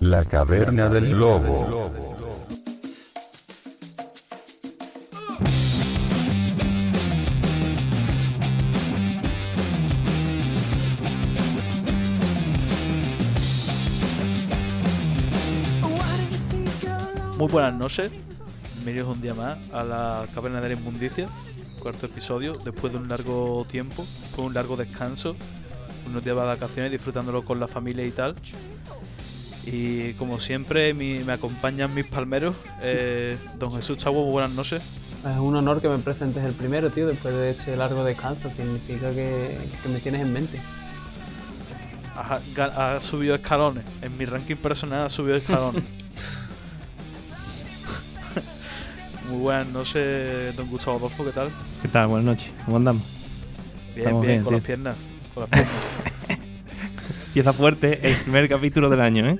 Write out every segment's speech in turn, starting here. La caverna del lobo. Muy buenas noches, bienvenidos un día más a la Caverna de la Inmundicia, cuarto episodio, después de un largo tiempo, con un largo descanso, unos días de vacaciones disfrutándolo con la familia y tal. Y como siempre mi- me acompañan mis palmeros, eh, don Jesús Chagua, muy buenas noches. Es un honor que me presentes el primero, tío, después de este largo descanso. Significa que, que me tienes en mente. Has, ha subido escalones, en mi ranking personal ha subido escalones. muy buenas noches, don Gustavo Adolfo, ¿qué tal? ¿Qué tal? Buenas noches. ¿Cómo andamos? Bien, Estamos bien, bien, con tío. las piernas, con las piernas. Empieza fuerte el primer capítulo del año, ¿eh?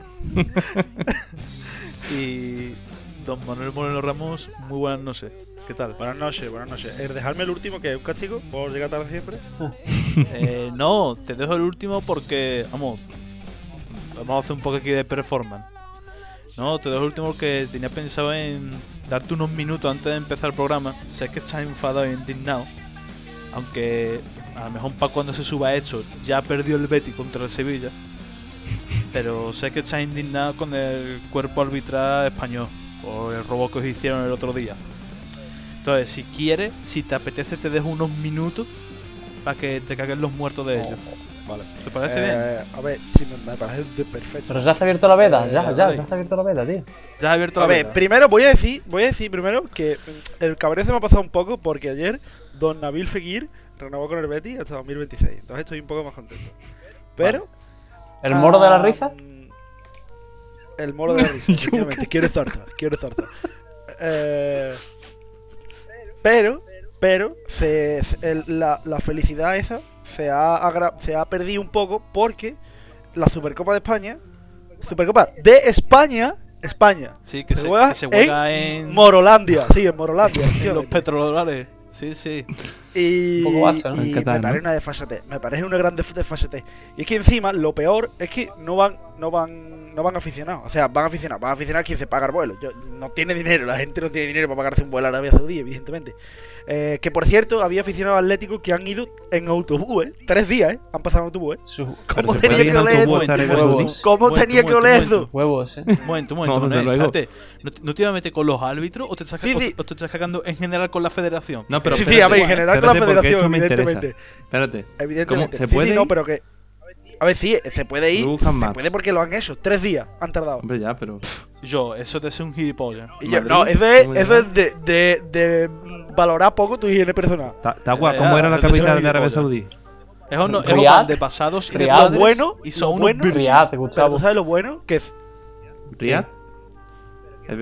Y don Manuel Moreno Ramos, muy buenas noches. ¿Qué tal? Buenas noches, buenas noches. El dejarme el último, que es un castigo por llegar tarde siempre. Eh, no, te dejo el último porque, vamos, vamos a hacer un poco aquí de performance. No, te dejo el último porque tenía pensado en darte unos minutos antes de empezar el programa. Sé que estás enfadado e indignado. Aunque a lo mejor para cuando se suba esto ya perdió el Betty contra el Sevilla. Pero sé que estás indignado con el cuerpo arbitral español por el robo que os hicieron el otro día. Entonces, si quieres, si te apetece, te dejo unos minutos para que te caguen los muertos de ellos. Oh, Vale. ¿Te parece bien? Eh, A ver, sí, me, me parece de- perfecto. Pero ya se ha abierto la veda, Eh, ya, ya, dale. ya se ha abierto la veda, tío. Ya has abierto A la ver, veda. primero voy a decir, voy a decir primero que mm, el cabreo se me ha pasado un poco porque ayer Don Nabil Fekir renovó con el Betty hasta 2026. Entonces estoy un poco más contento. Pero. ¿El moro de la ah, risa? mm, El moro de la risa. efectivamente. quiero zarza, quiero zarza. Eh, pero, pero, se- se- el- la, la felicidad esa se ha, agra- se ha perdido un poco porque la Supercopa de España, Supercopa de España, España, Sí, que se se, juega que se juega en, Morolandia, sí, en Morolandia. en los efectivamente. petrodólares. Sí, sí. Y, Un poco bacho, ¿no? En y me Catán, parece ¿no? una desfasatez. Me parece una gran desf- desfasatez. Y es que encima lo peor es que no van, no van, no van aficionados. O sea, van aficionados, van aficionados quien se paga el vuelo. Yo- no tiene dinero, la gente no tiene dinero para pagarse un vuelo a Arabia Saudí, evidentemente. Eh, que por cierto, había aficionados atléticos que han ido en autobús, ¿eh? Tres días, ¿eh? Han pasado en autobús, ¿eh? Sus Pero ¿Cómo se puede tenía ir que en oler autobús eso? hasta Arabia Huevos. Saudí. ¿Cómo Momento, tenía que momento, oler momento. eso? huevos, eh. Un momento, un momento. No, desde Manuel, luego. espérate. ¿No, te- no te ibas a meter con los árbitros o te estás, ca- Sí, o- sí. o te estás cagando en general con la federación? No, pero sí, sí, espérate, a ver, en Juan, general con la espérate, porque esto federación, me interesa. evidentemente. Espérate. Evidentemente. ¿Se Sí, puede sí, ir? no, pero que. A ver, sí, se puede ir. Google Maps. Se puede porque lo han hecho. Tres días han tardado. Hombre, ya, pero... Yo, eso te hace un gilipollas. Y yo, Madrid, no, eso es, ¿cómo eso llegar? es de, de, de valorar poco tu higiene personal. Ta- Tagua, Ya, eh, ¿cómo era la yo te soy capital de Arabia gilipollas. Saudí? Eso no, eso Riyadh, van de pasados y de Riyadh. padres Bueno, y son lo unos bueno- vírgenes. Riad, Pero tú Gustavo. sabes lo bueno que es- ¿Riyadh?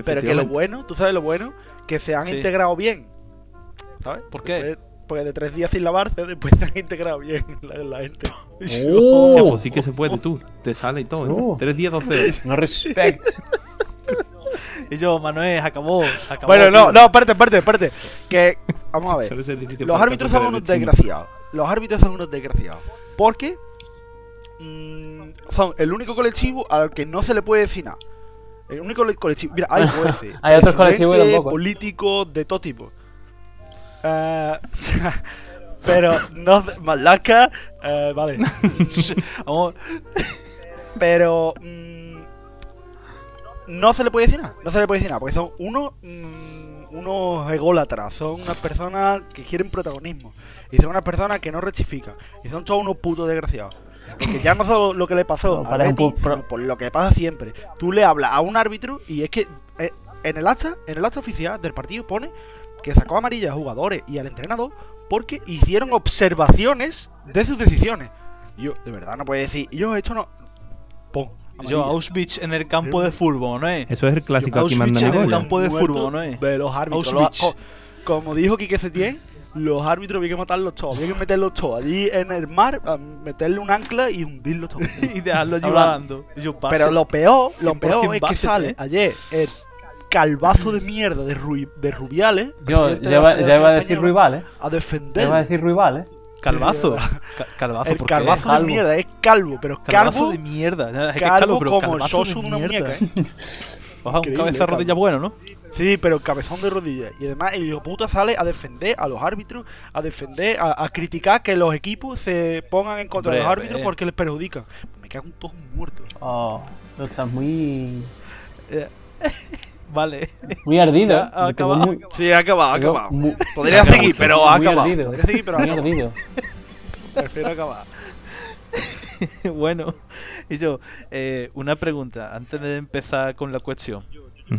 pero que lo bueno, tú sabes lo bueno que se han Sí. integrado bien. ¿Sabes? ¿Por qué? Después- porque de tres días sin lavarse, después se han integrado bien la, la gente. Hostia, Uh, pues sí que se puede, tú. Te sale y todo. ¿eh? No. Tres días, doce. no respect. Y yo, Manuel, acabó. acabó, tío. Bueno, no, no, espérate, espérate, espérate. Que, vamos a ver. Solo ese edificio Los para árbitros son catorce unos de chino. desgraciados. Los árbitros son unos desgraciados. Porque mm, son el único colectivo al que no se le puede decir nada. El único le- colectivo. Mira, hay jueces. Hay otros presidentes, colectivos y tampoco, ¿eh? Políticos de todo tipo. Eh, pero no. Malaca. eh, vale. Vamos, Pero. mm, no se le puede decir nada. No se le puede decir nada. Porque son unos. mm, unos ególatras. Son unas personas que quieren protagonismo. Y son unas personas que no rectifican. Y son todos unos putos desgraciados. Porque ya no solo lo que le pasó No, a parece un Betis, pu- pro- sino por lo que pasa siempre. Tú le hablas a un árbitro y es que eh, en el acta, en el acta oficial del partido pone que sacó amarilla a jugadores y al entrenador porque hicieron observaciones de sus decisiones. Y Yo, de verdad, no puede decir, yo, esto no. Pon. y yo, Auschwitz en el campo de fútbol, ¿no es? Eso es el clásico aquí Auschwitz mandan en el a campo de Muerto fútbol, ¿no es? De los árbitros. Auschwitz. Los- co- como dijo Quique Setién, los árbitros había que matarlos todos, había que meterlos todos allí en el mar, a meterle un ancla y hundirlos todos. y dejarlo allí Ahora- balando. Y yo, Pero Bassett, lo peor, lo 100% peor es que Bassett, sale ¿eh? ayer el calvazo de mierda de, Ru- de Rubiales. Yo presidente de ya la iba, ya iba a Federación decir Española, rival, eh. A Ya iba a defender decir rival, eh. Calvazo. mierda. Ca- calvazo, El porque calvazo de calvo. mierda, es calvo, pero es calvazo calvo, de mierda. Nada, Es que es calvo calvo, pero como el calvazo de soso de una mierda. muñeca, ¿eh? Ojalá un Increíble, cabeza rodilla calvo. bueno, ¿no? Sí, pero cabezón de rodillas. Y además el hijo puta sale a defender a los árbitros, a defender, a, a criticar que los equipos se pongan en contra Hombre, de los a árbitros ver. porque les perjudican. Me cago en todos muertos. Oh, no, estás muy. Vale. Muy ardido. Ya ¿eh? ha Te veo acabado. muy- Sí, ha acabado, ha te veo acabado. muy- Podría acabado seguir, mucho, pero ha muy acabado. ardido. eh. Podría seguir, pero ha Muy acabado. ardido. Prefiero acabar. bueno. Y yo, eh, una pregunta, antes de empezar con la cuestión.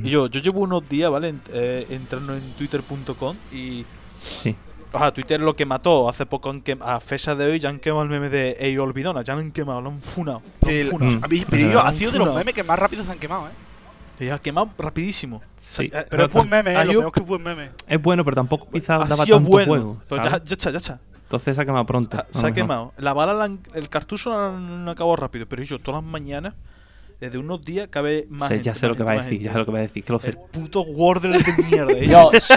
Y yo, yo llevo unos días, ¿vale? En- eh, entrando en twitter.com y Sí. O sea, Twitter lo que mató hace poco han quem- a fecha de hoy ya han quemado el meme de Ey Olvidona, ya lo han quemado, lo han funado. Lo Sí, han la- funado. Mm. a mí, Pirillo, ha han sido de los funado. memes que más rápido se han quemado, ¿eh? Y ha quemado rapidísimo. Sí, Pero Pero es buen meme, ¿eh? Hay Lo un- peor que es buen meme. Es bueno, pero tampoco quizás Ha daba sido tanto bueno. juego. pero ¿sabes? ya, ya está, ya está. Entonces se ha quemado Se pronto. ha- a lo Ah, se ha mejor. quemado. La bala, la han- el cartucho la han acabado rápido, pero yo todas las mañanas, desde unos días, cabe más. Sé- gente, ya sé más lo que gente, va a más decir, ya sé gente. Eh, lo que va a decir, que lo El sé. puto Warder de mierda. ¿eh? Yo, yo, está,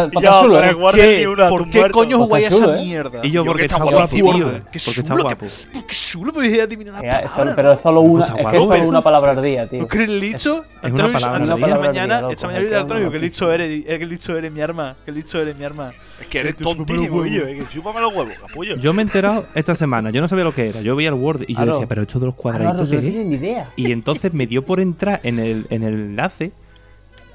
está Ya, chulo, hombre, ¿eh? guarda ni ¿Qué? una, ¿Por tú qué muerto. coño jugáis a Está esa chulo, ¿eh? mierda? Y yo que porque está está guapo, guapo, tío. Warder, Porque Qué está chulo, guapo. que- qué chulo, pero ya adiviné la Ya, es solo- palabra. pero es solo una, Puta es que es guapo, solo ¿eh? una palabra al día, tío. ¿No crees el licho? es una palabra Esta al día. mañana, Loco, esta es mañana que yo es le digo, una que licho eres, eh, que licho eres mi arma, que licho eres mi arma. Es que eres Este es un tontísimo, huevo. Pirillo, ¿eh? Que chúpame los huevos, capullo. Yo me he enterado esta semana, yo no sabía lo que era. Yo veía el Word y yo Claro. decía, pero esto de los Ah, no, no, cuadraditos, yo no ¿qué es? tiene ni idea. Y entonces me dio por entrar en el, en el enlace.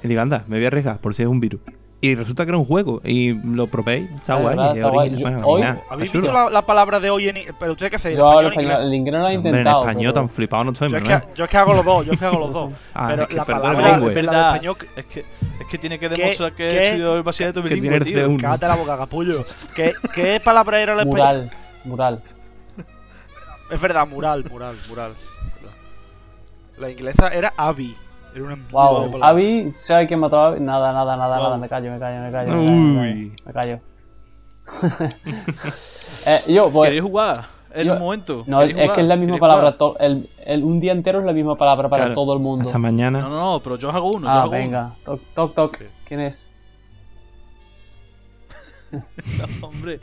Y digo, anda, me voy a arriesgar por si es un virus. Y resulta que era un juego. Y lo probé. y Está Ah, guay. verdad, es está guay. original, Yo- bueno, hoy- nada, está ¿Habéis chulo. visto la, la palabra de hoy en. i- Pero ustedes que se Yo hablo español, el inglés no lo he Hombre, en intentado. español pero- tan flipado no estoy. ¿eh? Yo es, ¿no? que, yo es que hago los dos, yo es que hago los dos. Ah, pero es que la perdón, palabra bilingüe. de Verdad. español. que- Es que, es que tiene que ¿Qué- demostrar que qué- he estudiado el bachillerato que bilingüe, tienes de tío. un- Cállate la boca, capullo. ¿Qué, qué palabra era el español? Mural, mural. Es verdad, mural, mural, mural. Verdad. La inglesa era Abby. Era una mierda de Wow, palabra. Avi, ¿sabes quién mató a Avi? Nada, nada, nada, Wow. nada, me callo, me callo, me callo. Uy. Me callo. Me callo. eh, yo, pues. ¿Queréis jugar? En yo- un momento. No, ¿Queréis es jugar? que es la misma ¿Queréis palabra. jugar? to- el, el- un día entero es la misma palabra para Claro, todo el mundo. Hasta mañana. No, no, no, pero yo os hago uno. yo os Ah, hago venga. Toc, toc, toc. ¿Quién es? uno. Hombre,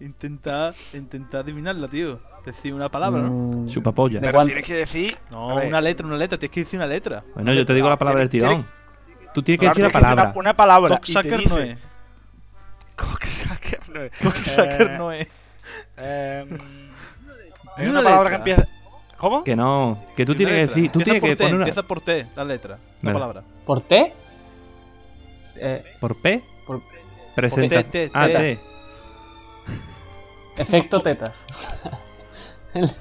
intentad intentad adivinarla, tío. Decir una Ah, palabra, ¿no? Mm, Chupapolla. de Pero guante. tienes que decir. No, A ver. una letra, una letra. Tienes que decir una letra. Bueno, yo te digo la palabra del Tiene- tirón. Tú tienes que claro, decir la tienes que palabra. Una, una palabra. y te Cocksucker no dice- eh, es. Cocksucker no es. Cocksucker Eh, no es. Eh, Di hay una una palabra que letra. empieza. ¿Cómo? Que no. Que tú Di una tienes que letra. decir. Tú Empieza tienes que por T, poner una. Empieza por T, la letra. La Vale. palabra. ¿Por T? Eh, Por P. por- Presenta. T, T, Ah, T. T. efecto tetas.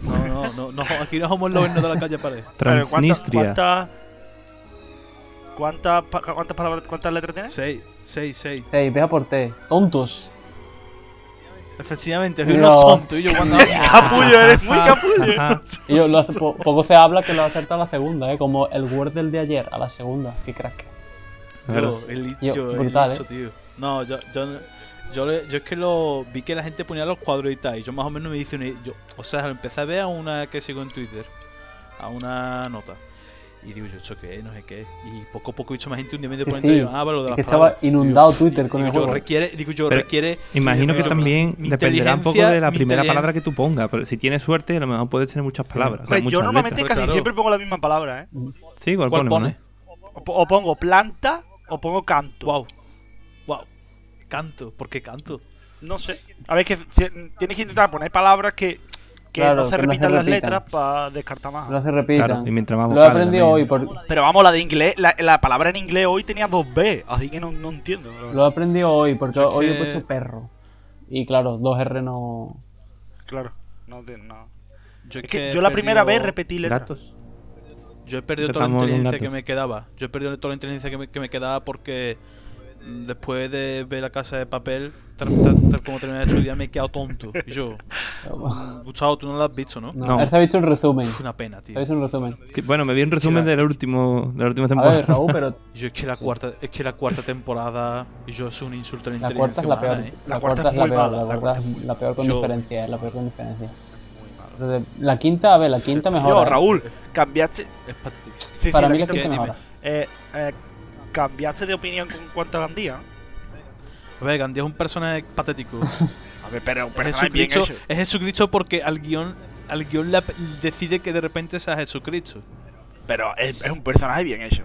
No, no, no, no, aquí no somos los de la calle Pared. Pero ¿cuántas- Transnistria. ¿Cuántas cuántas pa- cuántas palabras, cuántas letras tiene? 6, 6, 6. Sí, empieza por T. Tontos. Efectivamente, soy No. unos tontos. Y yo, cuando Ah, Capullo, eres muy capullo. Ajá. Y yo, lo hace- po- poco se habla que lo acerta a la segunda, ¿eh? Como el Word del de ayer a la segunda. Qué crack. Claro. Yo, el Yo, licho, el brutal, licho, ¿eh? tío. No, yo, yo, no- yo, le- yo es que lo vi que la gente ponía los cuadros y tal. Y yo más o menos me hice una. Yo, o sea, empecé a ver a una que sigo en Twitter, a una nota. Y digo, yo, ¿esto qué? No sé qué. Y poco a poco he visto más gente un día me de Sí, poner sí. yo, ah, vale, lo de Es las que estaba palabras. inundado Digo, Twitter y- con el digo, yo, juego. requiere, digo, yo, Pero requiere. Imagino que mi- también mi dependerá un poco de la inteligencia- mi primera inteligen- palabra que tú pongas. Pero si tienes suerte, a lo mejor puedes tener muchas palabras. o sea, Hombre, muchas Pues yo normalmente letras. casi Claro. siempre pongo la misma palabra, ¿eh? Sí, igual ¿Cuál ponemos, eh? pone? ¿no? O, po- o pongo planta o pongo canto. Wow. Wow. Canto. ¿Por qué canto? No sé. A ver, que c- tienes que intentar poner palabras que, que Claro, no se que no se repitan las repitan. letras para descartar más. No se repitan. Claro, y mientras más lo he vocales aprendido hoy. también. Por, Pero vamos, la de inglés, la, la palabra en inglés hoy tenía dos B, así que no, no entiendo. la lo verdad. he aprendido hoy porque Yo es hoy he que- puesto perro. Y claro, dos R no. Claro. No, te- no. Yo, es Es que que he yo la primera vez perdido- repetí letras. Gatos. Yo he perdido toda la Empezamos con inteligencia que gatos. me quedaba. Yo he perdido toda la inteligencia que me, que me quedaba porque mm, después de ver la casa de papel, tal, tal- tal como terminé de estudiar, me he quedado tonto. Y yo, mm, Gustavo, tú no lo has visto, ¿no? No, No. él se ha visto un resumen. Es una pena, Se ha tío. visto un resumen. Sí, bueno, me vi un resumen Claro. del último, de la última A temporada. ver, Raúl, pero Y Yo es que la cuarta, es que la cuarta temporada, y yo es un insulto a la la inteligencia cuarta es la peor. humana, ¿eh? La La cuarta cuarta es es la muy peor. mala, La la cuarta cuarta es la peor con Yo- diferencia. Es la peor con diferencia. Entonces, La quinta, a ver, la quinta mejor. ¿eh? Yo, Raúl, cambiaste. ¿eh? Es para ti. Sí, Para sí, mí la la quinta- quinta dime. mejor. eh, eh, cambiaste de opinión con cuanto a Gandía. ¿no? A ver, Gandhi es un personaje patético. A ver, pero un Es personaje bien Jesucristo, hecho. es Jesucristo porque al guión, al guión le ap- decide que de repente sea Jesucristo. Pero es, es un personaje bien hecho.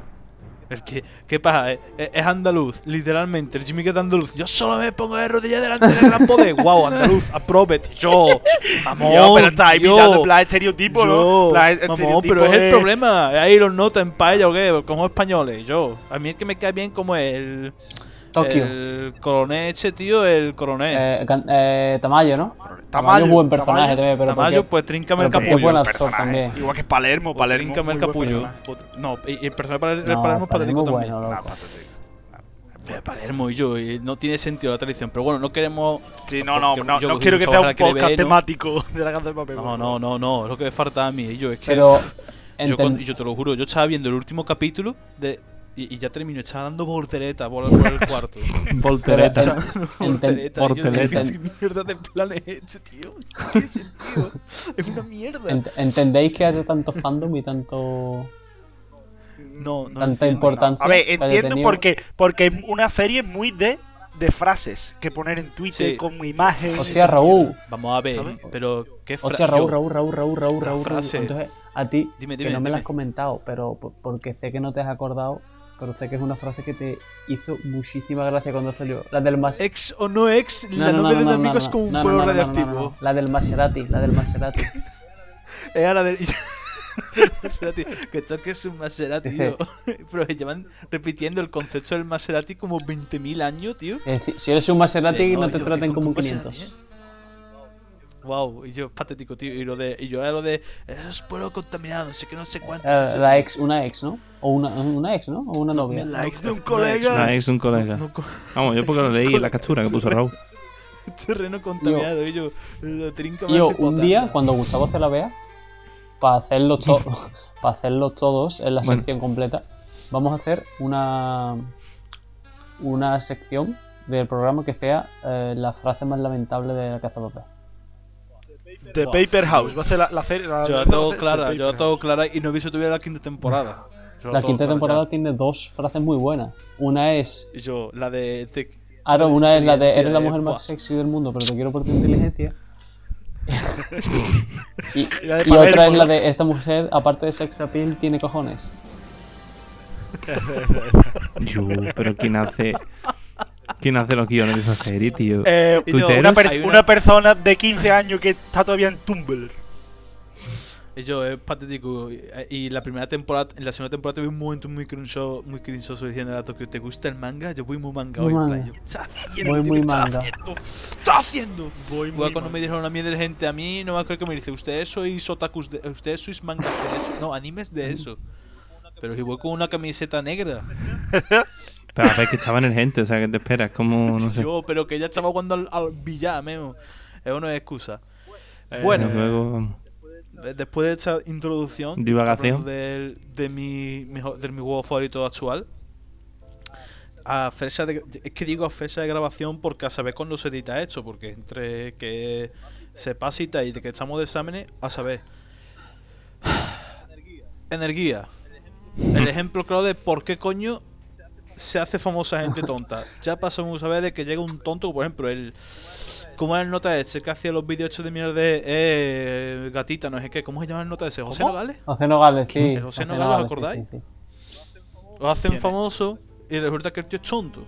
El que, ¿Qué pasa? Es, es- es andaluz, literalmente. El Jimmy que es andaluz. Yo solo me pongo de rodillas delante del gran poder. ¡Wow, andaluz! ¡Aprobet! ¡Yo! ¡Amor! Yo, pero está tío. imitando en plan estereotipo, ¿no? Yo. En eh. plan, Mamón, estereotipo pero es de- el problema. Ahí los nota en paella o qué, como españoles. Yo, a mí el que me cae bien como el. Tokio. Eh, El coronel ese, tío, el coronel. Eh, Gan- eh, Tamayo, ¿no? Tamayo, es buen personaje Tamayo. también, pero Tamayo, porque- pues tríncame el pero porque capullo. buen Buen actor personaje. también. Igual que Palermo, Pues Palermo. tríncame el muy buen capullo. personaje. Pot- No, y y el personaje para el No, Palermo es Palermo patético es también. Ah, bueno, Nah, loco. patético. Eh, Palermo y yo, y no tiene sentido la tradición, pero bueno, no queremos. Sí, no, no, Porque no, yo no cogí quiero un que sea chaval a un la que le podcast ve, ¿no? temático de la canción del papel. No, no, no, no, es lo que me falta a mí. Y yo, es que. Pero. yo, enten- cuando- yo te lo juro, yo estaba viendo el último capítulo de. Y, y ya termino, estaba dando voltereta por, por el cuarto. Voltereta. Voltereta. y yo digo, Voltereta. ¿Qué mierda de plan es este, tío? No tiene sentido. Es una mierda. ent- ¿Entendéis que haya tanto fandom y tanto. No, no. tanta entiendo. importancia? A ver, que haya entiendo tenido? porque, porque es una serie muy de, de frases que poner en Twitter Sí. con imágenes. Hostia, Raúl. Vamos a ver, ¿Sabes? pero. ¿Qué fra- Hostia, Raúl, yo- Raúl, Raúl, Raúl, Raúl, La Raúl, Raúl. frase. Entonces, a ti, Dime, que dime, no me la has dime. comentado, pero por- porque sé que no te has acordado, pero sé que es una frase que te hizo muchísima gracia cuando salió. La del más... Ex o no ex, Eh, la novia de un amigo es como un pueblo radioactivo. La del Maserati, la del Maserati. Es ahora del. Maserati, que toques un Maserati, tío. Pero llevan repitiendo el concepto del Maserati como 20.000 años, tío. Eh, si, si eres un Maserati, Eh, no, te yo, traten ¿y con como un qué Maserati, 500. eh? Wow, y yo, patético, tío. Y, lo de, y yo era lo de. Eso es pueblo contaminado, no sé qué, no sé cuánto. no Eh, sé la qué". ex, una ex, ¿no? O una, una ex, ¿no? O una No, novia. La ex de un no, colega. Ah, es un colega. No, co- Vamos, yo porque lo leí en la captura que puso Raúl. terreno contaminado, y yo. Lo trinco Yo, más que un pota. día, cuando Gustavo se la vea, para hacerlo, to- pa' hacerlo todos en la Bueno. sección completa, vamos a hacer una, una sección del programa que sea eh, la frase más lamentable de la cazapapel. The Paper House. Va a ser la, la serie. la- Yo la- la tengo The clara, Paper yo la House. tengo clara y no he visto todavía la quinta temporada. Yo La tengo quinta clara temporada ya. tiene dos frases muy buenas. Una es, Y yo, la de. te- ahora Ah, una es la de eres la inteligencia, mujer eh, más sexy del mundo, pero te quiero por tu inteligencia. y, Y la de y otra Palermo, es la ¿no? de esta mujer, aparte de sex appeal, tiene cojones. Yo, pero ¿quién hace. ¿Quién hace los guiones de esa serie, tío? Eh, Y yo, ¿Tuiteros? una, per- Hay una- una persona de 15 años que está todavía en Tumblr. Y yo, es patético. Y, y la primera temporada, en la segunda temporada tuve un momento muy crinchoso, muy crinchoso diciendo a Tokio, ¿te gusta el manga? Yo voy muy manga Muy hoy. en manga. plan, Yo, ¿qué estás haciendo? Voy tío? muy ¿Qué estás manga. haciendo? ¿Qué estás haciendo? Voy muy Igual cuando me mal. dijeron a mí de gente, a mí no me creo que me dice, ustedes sois otakus, de, ustedes sois mangas de eso. No, animes de eso. Pero igual con una camiseta negra. Pero a ver, que estaba en el gente, o sea, que te esperas, como, no sé. Yo, pero que ya estaba jugando al, al billar, memo. Eso no es excusa. Eh, Bueno, Pero luego, vamos. de- después de esta introducción, Divagación. hablando del- de, mi, mi jo- de mi juego favorito actual, a fecha de, es que digo a fecha de grabación porque a saber cuándo se edita esto, porque entre que se pasita y de que estamos de exámenes, a saber. Energía. El ejemplo claro de por qué coño se hace famosa gente tonta. Ya pasó muchas veces de que llega un tonto, por ejemplo, el. ¿Cómo era el nota ese que hacía los vídeos hechos de mierda de. eh, gatita, no sé qué. ¿Cómo se llama el nota ese? ¿José ¿Cómo? Nogales? José Nogales, sí. ¿El José Nogales, Nogales, sí, acordáis? sí, sí. Lo hacen ¿Quién es? famoso y resulta que el tío es tonto.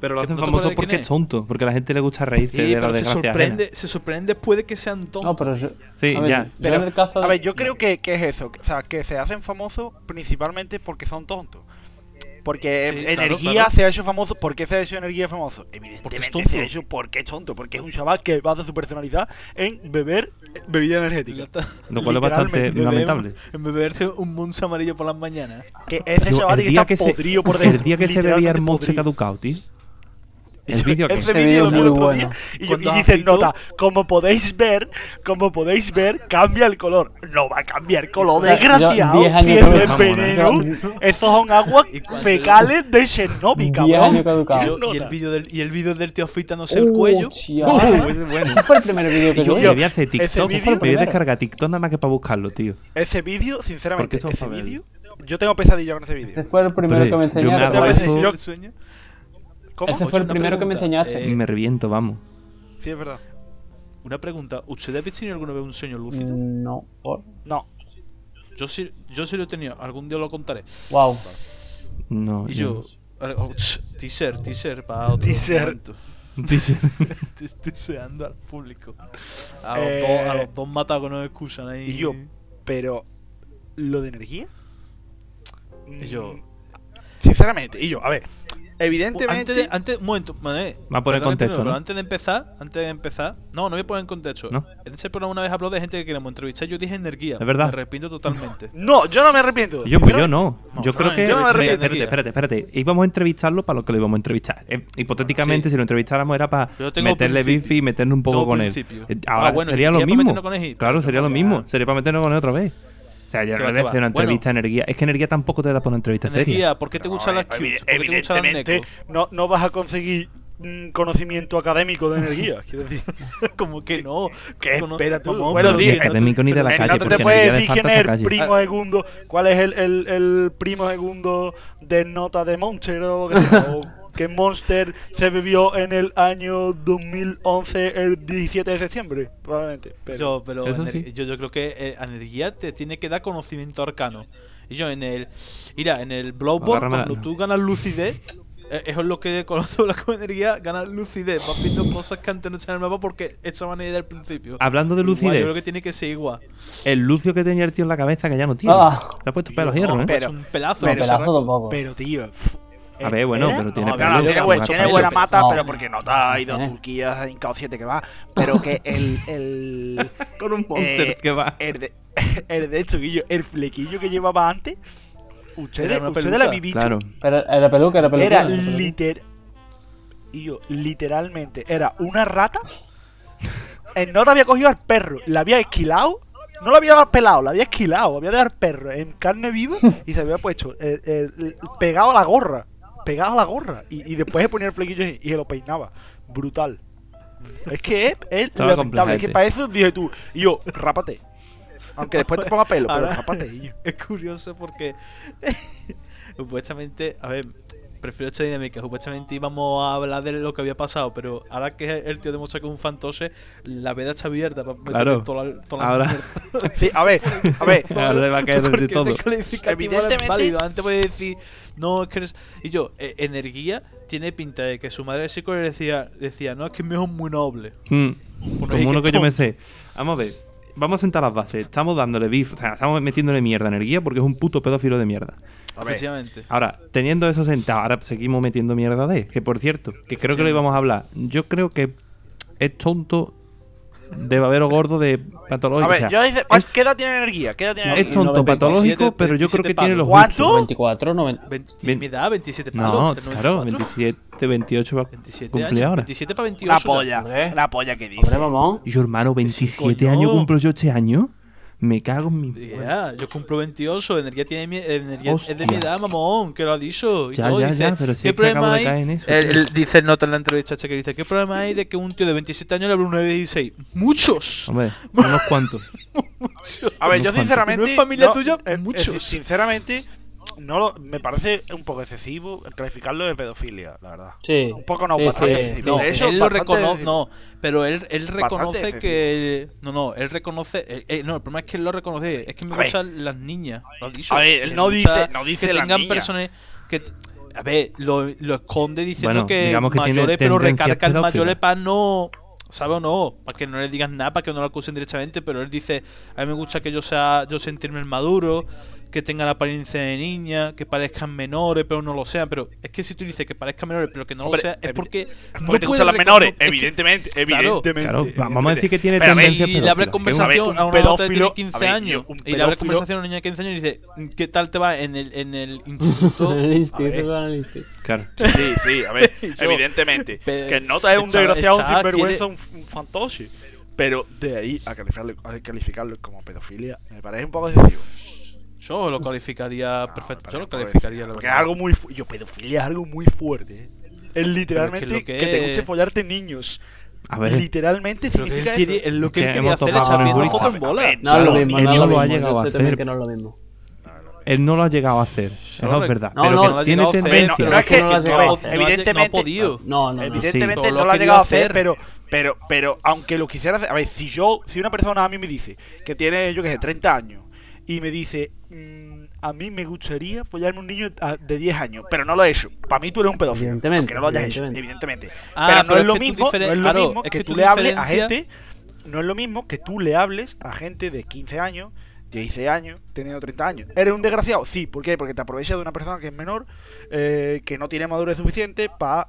Pero lo ¿Que hacen no te acuerdas famoso de porque quién es es? tonto, porque a la gente le gusta reírse Sí, de la pero se desgracia. sorprende, se sorprende después de que sean No, tontos. pero yo. Sí, a ver, ya. yo Pero, en el caso de- a ver, yo creo que, que es eso. O sea, que se hacen famosos principalmente porque son tontos. Porque em, Sí, claro, Energía claro. se ha hecho famoso. ¿Por qué se ha hecho Energía famoso? Porque es Evidentemente tonto. se ha hecho porque es tonto. Porque es un chaval que basa su personalidad en beber eh, bebida energética. Lo cual es bastante Literalmente, Este, lamentable. En beberse un monza amarillo por las mañanas. Que ese Yo, chaval el día está que se, podrido por dentro. el día que se bebía el literalmente monster podrido. caducado, tío. El vídeo que Ese Ese vídeo es vídeo lo vi el muy otro bueno. día y, yo- y Cuando dicen agitó- nota, como podéis ver, como podéis ver, cambia el color. No va a cambiar color, desgraciado. Yo- 10 años Tiene caducado. veneno. Yo- Esos son aguas Y cuando- fecales de Chernobyl, 10 cabrón. años caducado. Y, Y yo- y el nota. vídeo del, y el vídeo del tío afitándose el cuello. Hostia. Uh, bueno. Ese fue el primer vídeo que Yo yo Tío, me vi. voy a hacer ese TikTok, vídeo- me voy a descargar TikTok nada más que para buscarlo, tío. Ese vídeo, Porque sinceramente, eso ese fue el- vídeo, yo tengo pesadilla con ese Ese vídeo. Este fue el primero Hombre, que me yo me enseñaste. acuerdo- ¿Te eso- el sueño? ¿Cómo? Ese fue el Una primero que me pregunta, enseñaste. eh, Me reviento, vamos. Sí, es verdad. Una pregunta, ¿ustedes habéis tenido alguna vez un sueño lúcido? No, por. No. Yo sí, yo sí lo he tenido, algún día lo contaré. Wow. No. Y yo- yo. oh, ch, teaser, teaser, para otro Teaser. momento. Dice- Te estoy seando al público. A los, Eh, dos, a los dos matados que nos escuchan ahí. y yo. Pero. ¿Lo de energía? Y yo- Mm, Sinceramente, y yo, a ver. Evidentemente. Antes, de, antes, un momento, madre, Va a poner perdón que te contexto, lo- ¿no? Antes de empezar, antes de empezar, no, no voy a poner en contexto. ¿No? En ese programa una vez habló de gente que queremos entrevistar. Yo dije energía. Es verdad. Me arrepiento totalmente. No, yo no me arrepiento. Yo, pues yo sinceramente. no. No, Yo yo creo no, que. yo no me espérate, arrepiento. espérate, espérate, espérate. Íbamos a entrevistarlo para lo que lo íbamos a entrevistar. Eh, hipotéticamente, Sí. si lo entrevistáramos era para Yo tengo meterle principio. bifi y meternos un poco Tengo con él. principio. Eh, Ah, Ahora bueno, sería y ya lo para mismo. meternos con él. Claro, sería lo Ya. mismo. Sería para meternos con él otra vez. O sea, ya Que al va, revés, que va. hacer una Bueno. entrevista energía. Es que energía tampoco te da para una entrevista seria. Energía, ¿por qué te gustan las Evi- cute? ¿Por qué te gustan las eh, Evidentemente, no, no vas a conseguir mm, conocimiento académico de energía. Quiero decir, necos? Como que no. ¿Qué Como no- espera tú? como- Buenos pero días. si no te- Académico ni de la pero si calle, no te- te porque puedes energía le decir falta quién es esta el calle. primo Ah. segundo, cuál es el, el, el primo segundo de nota de Monster o lo que sea, o qué Monster se bebió en el año 2011, el 17 de septiembre, probablemente. Pero, Yo, pero Eso ener- sí. yo, yo creo que eh, energía te tiene que dar conocimiento arcano. Y yo en el. Mira, en el Blowboard, Agárrame la- cuando tú ganas lucidez, eh, eso es lo que conozco la con energía, ganas lucidez. Vas viendo cosas que antes no estaban en el mapa porque estaban ahí del principio. Hablando de Igual, lucidez, yo creo que tiene que ser igual. el lucio que tenía el tío en la cabeza que ya no tiene. Ah. Se ha puesto pelos hierro, No, ¿eh? es un pelazo. No, Pero- pelazo Sarraco. tampoco. pero, tío. ¿eh? A ver, bueno, ¿era? pero tiene No, Claro, pelo. tiene, Pero- buen- Tiene tiene buena pelo. mata, No. pero porque no está ido a Eh. Tiene. Turquía en cada 7 que va. Pero que el. el Con un monster monster Eh, que va. el de, el de hecho, Guillo, el flequillo que llevaba antes. Era Ustedes, una ustedes peluca. la vivicho. Claro. Pero era peluca, era peluca. Era peluca. liter. Y yo, literalmente, era una rata. El nota había cogido al perro, la había esquilado. No la había pelado, la había esquilado, había dado al perro en carne viva y se había puesto el- el- el- pegado a la gorra. Pegado a la gorra. Y, y después se ponía el flequillo y, y se lo peinaba. Brutal. Es que es, es Estaba lamentable. Es que complejete. para eso dije tú, y yo, rápate. Aunque después te ponga pelo, pero Ahora- rápate. y yo, Es curioso porque. supuestamente. A ver. Prefiero esta dinámica. Supuestamente íbamos a hablar de lo que había pasado, pero ahora que el tío demuestra que es un fantoche, la veda está abierta para meterle Claro. toda la- toda la Ahora, Sí, a ver, a ver. ahora le va a caer de Porque todo. este calificativo era Evidentemente- válido. Antes voy a decir, no, es que eres... Y yo, eh, energía tiene pinta de que su madre psico le decía, decía, no, es que mi hijo es muy noble. Mm. Por ahí Como uno que que yo chon. me sé. Vamos a ver. Vamos a sentar las bases. Estamos dándole beef. O sea, estamos metiéndole mierda a energía porque es un puto pedófilo de mierda. A ver. Efectivamente. Ahora, teniendo eso sentado, ahora seguimos metiendo mierda de. él. Que por cierto, que creo que lo íbamos a hablar. Yo creo que es tonto de babero gordo de patológico. A o sea, ver, yo dice, es, ¿qué edad tiene energía? ¿Qué edad tiene No, energía? es tonto 97, patológico, pero yo creo que 27 tiene los palos. gustos. 24, 90. 20 Bien. me da 27 No, palos. claro, 27, 28 va a 27 cumplir años, ahora. 27 para 28. Una ya. polla, Hombre. una polla que dice. Hombre, mamón. Y yo, hermano, 27 coño. años cumplo yo este año. Me cago en mi. Ya, yo cumplo 28, energía tiene mi, energía es de Hostia. mi edad, mamón, que lo ha dicho. Y Ya, todo, ya, dice, ya, pero si ¿qué es que acabo problema de hay? caer en eso, Él- tío. él dice en nota en la entrevista que dice, ¿qué problema hay de que un tío de 27 años le hable a uno de 16? Muchos. Hombre, unos cuantos. Muchos. A ver, yo Unos cuantos. sinceramente. No es familia tuya, es- es muchos. decir, sinceramente, no lo- me parece un poco excesivo calificarlo de pedofilia, la verdad. Sí. Un poco no, Sí, bastante sí. excesivo. Eh, No, De hecho, él lo bastante- reconoce, no, pero él, él reconoce excesivo. que... No, no, él reconoce... eh, eh, no, el problema es que él lo reconoce, es que me A ver. gustan las niñas, lo ha dicho. A ver, él Le no gusta dice- no dice Que las tengan niñas. personas que... A ver, lo, lo esconde diciendo Bueno, que, digamos que tiene mayores, pero tendencias recarga el pedófilas. mayores para no... ¿Sabe o no? Para que no le digan nada, para que no lo acusen directamente, pero él dice, a mí me gusta que yo sea, yo sentirme el maduro, que tengan la apariencia de niña, que parezcan menores, pero no lo sean. Pero es que si tú dices que parezcan menores, pero que no Hombre, lo sean, es evi- porque Porque no te puede gustan las menores, reconocer- es que- evidentemente, Claro, evidentemente. Claro, vamos a decir que tiene Pero a ver, tendencia y le abre conversación un a una nota que pedófilo- tiene a 15 ver, años. un Y le abre pedófilo- conversación a una niña de 15 años y dice, ¿qué tal te va en el, en el instituto? El A ver, instinto, el instinto. Claro. Sí, sí, a ver, Yo- evidentemente. Pe- Que el nota es un el chaval- desgraciado, un el chaval sinvergüenza, un, un fantoche. Pero de ahí a calificarlo, a calificarlo como pedofilia, me parece un poco excesivo. yo lo calificaría No, perfecto. me Yo lo parece un poco calificaría, la Porque es verdad. algo muy fu- Yo, pedofilia es algo muy fuerte. ¿eh? Es literalmente lo que, que te es- guste follarte niños. A ver, Literalmente Pero que él significa quiere- eso. es lo que Que él quería hemos hacer, topado echar con el viendo jurista. fotos en bola. A ver, No es Claro, lo mismo, él no no es lo lo ha mismo. llegado Yo a sé también hacer. que no es lo mismo. Él no lo ha llegado a hacer. Eso Correcto. es verdad. No, pero no, que no lo ha tiene llegado a hacer, tendencia. pero No, es que- no lo ha que- llegado a que- hacer. No ha evidentemente- podido. No, no, no. Evidentemente Sí. Todo no lo lo ha ha llegado a querido hacer, hacer. pero, pero, pero aunque lo quisiera hacer. A ver, si yo, si una persona a mí me dice que tiene, yo qué sé, 30 años y me dice, mm, a mí me gustaría follarme un niño ah, de 10 años, pero no lo he hecho. Para mí tú eres un pedófilo. Evidentemente, Que no lo hayas hecho, evidentemente. evidentemente. Ah, pero no pero es es lo que tú mismo, diferen- no es lo claro, mismo es que, que tú tú le hables a diferencias- gente. No es lo mismo que tú le hables a gente de 15 años, 16 años, teniendo 30 años. ¿Eres un desgraciado? Sí, ¿por qué? Porque te aprovechas de una persona que es menor, eh, que no tiene madurez suficiente mm, para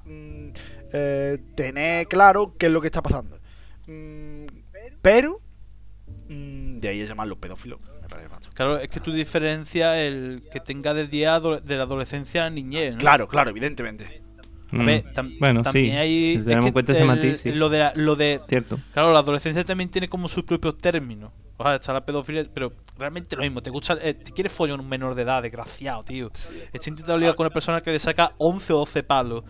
eh, tener claro qué es lo que está pasando. Mm, pero, mm, de ahí a llamarlo pedófilo, me parece macho. Claro, es que tú diferencias el que tenga de día de la adolescencia a la niñez. ¿no? Claro, claro, evidentemente. A Mm. ver, tam- bueno, también sí. hay. si es tenemos que en cuenta ese el- matiz, sí. Lo de, la- lo de. Cierto. Claro, la adolescencia también tiene como sus propios términos. O sea, está la pedofilia, pero realmente lo mismo. Te gusta, eh, te quieres follar un menor de edad, desgraciado, tío. Está intentando ligar con una persona que le saca 11 o 12 palos.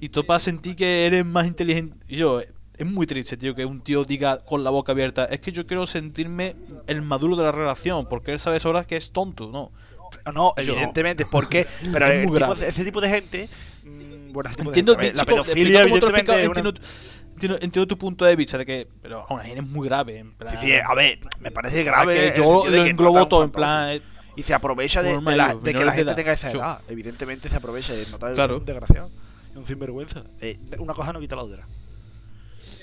Y tú para sentir que eres más inteligente. Y yo, eh, es muy triste, tío, que un tío diga con la boca abierta: Es que yo quiero sentirme el maduro de la relación, porque él sabe ahora que es tonto, ¿no. No, Yo- evidentemente, ¿por qué? Pero Es el muy tipo- grave. ese tipo de gente. mm, bueno, ese tipo de Entiendo, gente, a ver, chico, la pedofilia, explico cómo te lo he evidentemente, explicado, es una- entiendo, entiendo- entiendo tu punto de vista de que. Pero aún así es muy grave, en plan. Sí, sí, a ver, me parece o sea, grave. en el que yo sentido de lo que englobo tratan todo, en fatal. plan. eh, Y se aprovecha de, Normal, de la- los de que la menores de gente edad. tenga esa Yo- edad. Evidentemente se aprovecha de notar Claro. un desgraciado. Un sinvergüenza. Eh, una cosa no quita la otra.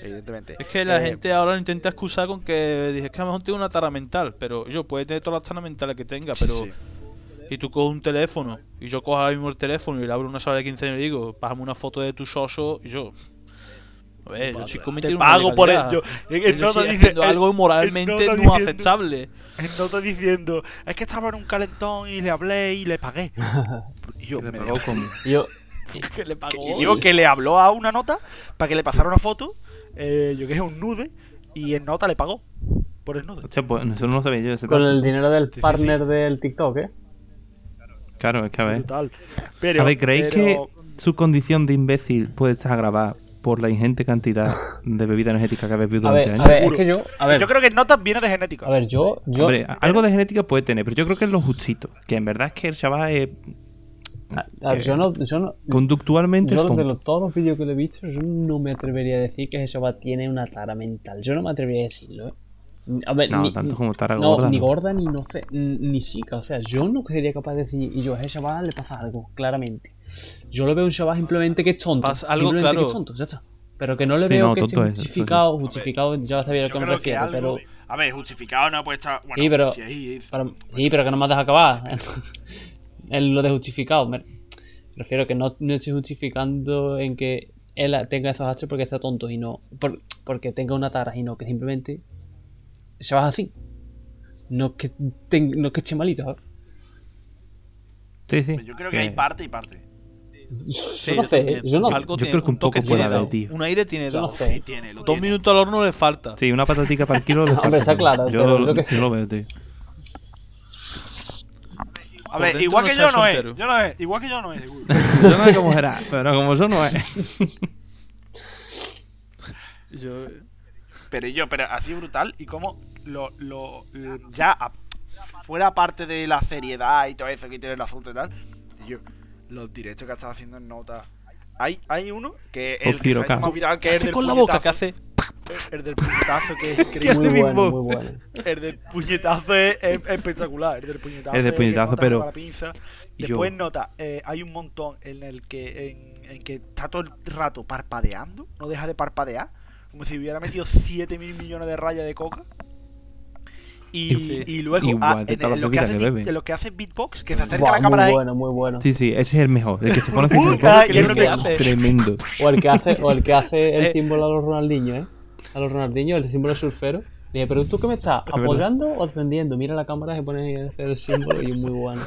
Evidentemente. Es que la Eh, gente ahora lo intenta excusar con que dije, es que a lo mejor tengo una tara mental, pero yo puede tener todas las taras mentales que tenga, sí, pero sí. y tú coges un teléfono y yo cojo ahora mismo el teléfono y le abro una sala de 15 años y le digo, pásame una foto de tu socio y yo a ver, los chicos Te cometen una pago por ilegalidad. ello. En- Yo en nota estoy dice- haciendo en- algo en moralmente nota no diciendo- aceptable. En nota diciendo, es que estaba en un calentón y le hablé y le pagué. Y yo, Que le me pagó dejó- con- Yo, Que le que- pagó. y digo que le habló a una nota para que le pasara una foto, eh, yo que es un nude, y en nota le pagó por el nude. Hostia, pues eso no lo sabía yo. ese con dato. el dinero del Sí, sí, partner del TikTok, ¿eh? Claro, es que a ver. Brutal. Pero, a ver, ¿creéis pero- que su condición de imbécil puede ser agravada por la ingente cantidad de bebida energética que ha bebido A durante ver, a años? ver, es Seguro. que yo, a ver, Yo creo que nota viene de genética. a ver, yo, yo, Hombre, algo de genética puede tener, pero yo creo que es lo justito. Que en verdad es que el chaval es a ver, yo no, yo no, conductualmente es yo de tonto. los- todos los vídeos que le he visto, yo no me atrevería a decir que ese chaval tiene una tara mental. Yo no me atrevería a decirlo, ¿eh? A ver, No, ni, tanto como tara no, gorda, ni no. gorda, ni no sé, ni chica. O sea, yo no sería capaz de decir, y yo a ese chaval le pasa algo, claramente. Yo lo veo un chaval simplemente que es tonto. Pasa algo, simplemente que claro. es tonto, ya está. Pero que no le Sí, veo no, que esté tonto es, eso sí. justificado, justificado, ya sabía a lo Yo que me creo que refiero, algo- pero... A ver, justificado no puede estar. Bueno, Sí, pero- si ahí es- Para- sí, pero que no me has dejado acabar. es lo de justificado. Me refiero que no, no estoy justificando en que él tenga esos hachos porque está tonto y no. por- porque tenga una tara y no, que simplemente se va así. No es que, ten- no es que esté malito, ¿sabes? Sí, sí. Yo creo que hay parte y parte. Sí, yo no sé, también. yo no- Algo Yo tiene, creo que un toque poco puede tiene haber, dado, tío. Un aire tiene yo no dado. sé. tiene, lo Dos minutos al horno le falta. Sí, una patatica para el kilo de Hombre, está claro, Yo, pero yo que- yo lo veo, tío. A Por ver, dentro igual no que está yo no es. entero. Yo no es. Igual que yo no es. seguro. Yo no sé cómo será, pero como yo no es. Yo- Pero yo, pero así brutal. Y como lo, lo, lo- ya a- fuera parte de la seriedad y todo eso que tiene el asunto y tal. y yo, los directos que ha estado haciendo en nota. Hay, hay uno que es el que se ha Ciro hecho K. más viral, que ¿Qué es el hace del con la boca? ¿Qué puñetazo, hace? El del puñetazo que es increíble. Muy bueno, mismo. muy bueno. El del puñetazo es, es espectacular. El del puñetazo. El del que puñetazo, nota pero- con la pinza. y Después yo- nota, eh, hay un montón en el que en, en que está todo el rato parpadeando, no deja de parpadear, como si hubiera metido 7 mil millones de rayas de coca. Y, Sí. y luego Igual ah, de en, todas las en lo que bebidas hace, que beat- bebe. en lo que hace beatbox, que se acerca a Buah, la cámara muy ahí, bueno, muy bueno. Sí, sí, ese es el mejor. El que se pone así con el Ay, que yo creo que- es tremendo. O el que hace, o el que hace el Eh. símbolo a los Ronaldinho, ¿eh? A los Ronaldinho, el símbolo surfero. Dije, pero tú qué me estás, verdad. apoyando o defendiendo? Mira la cámara, se pone ahí a hacer el símbolo y es muy bueno.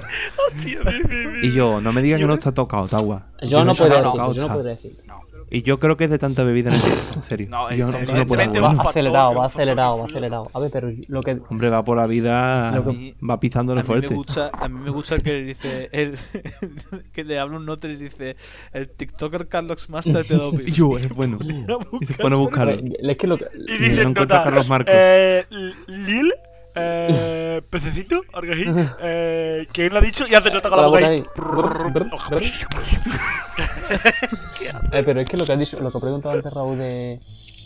tío, ve, ve, ve. Y yo, no me digas que no está tocado, Tawa. Yo no puedo podría decirlo, yo no podría decirlo. Y yo creo que es de tanta bebida energética, en serio. No, Yo es- eso no es- puedo aguantar. es- Este Va un factor, acelerado, un va factor acelerado, va influye. acelerado. A ver, pero lo que... Hombre, va por la vida, Lo que- va pisándole A mí, me fuerte. gusta, a mí me gusta que le dice el que le habla un note y le dice el TikToker Carlos Master te doy. Y yo, es bueno. Y se pone a buscarlo. Es que lo que... Y Y dice, no encuentra nota, a Carlos Marcos. eh, Lil, eh, eh, pececito, Argají, eh, ¿quién lo ha dicho? Y hace nota con la boca ahí. Eh, pero es que lo que has dicho, lo que ha preguntado antes Raúl de,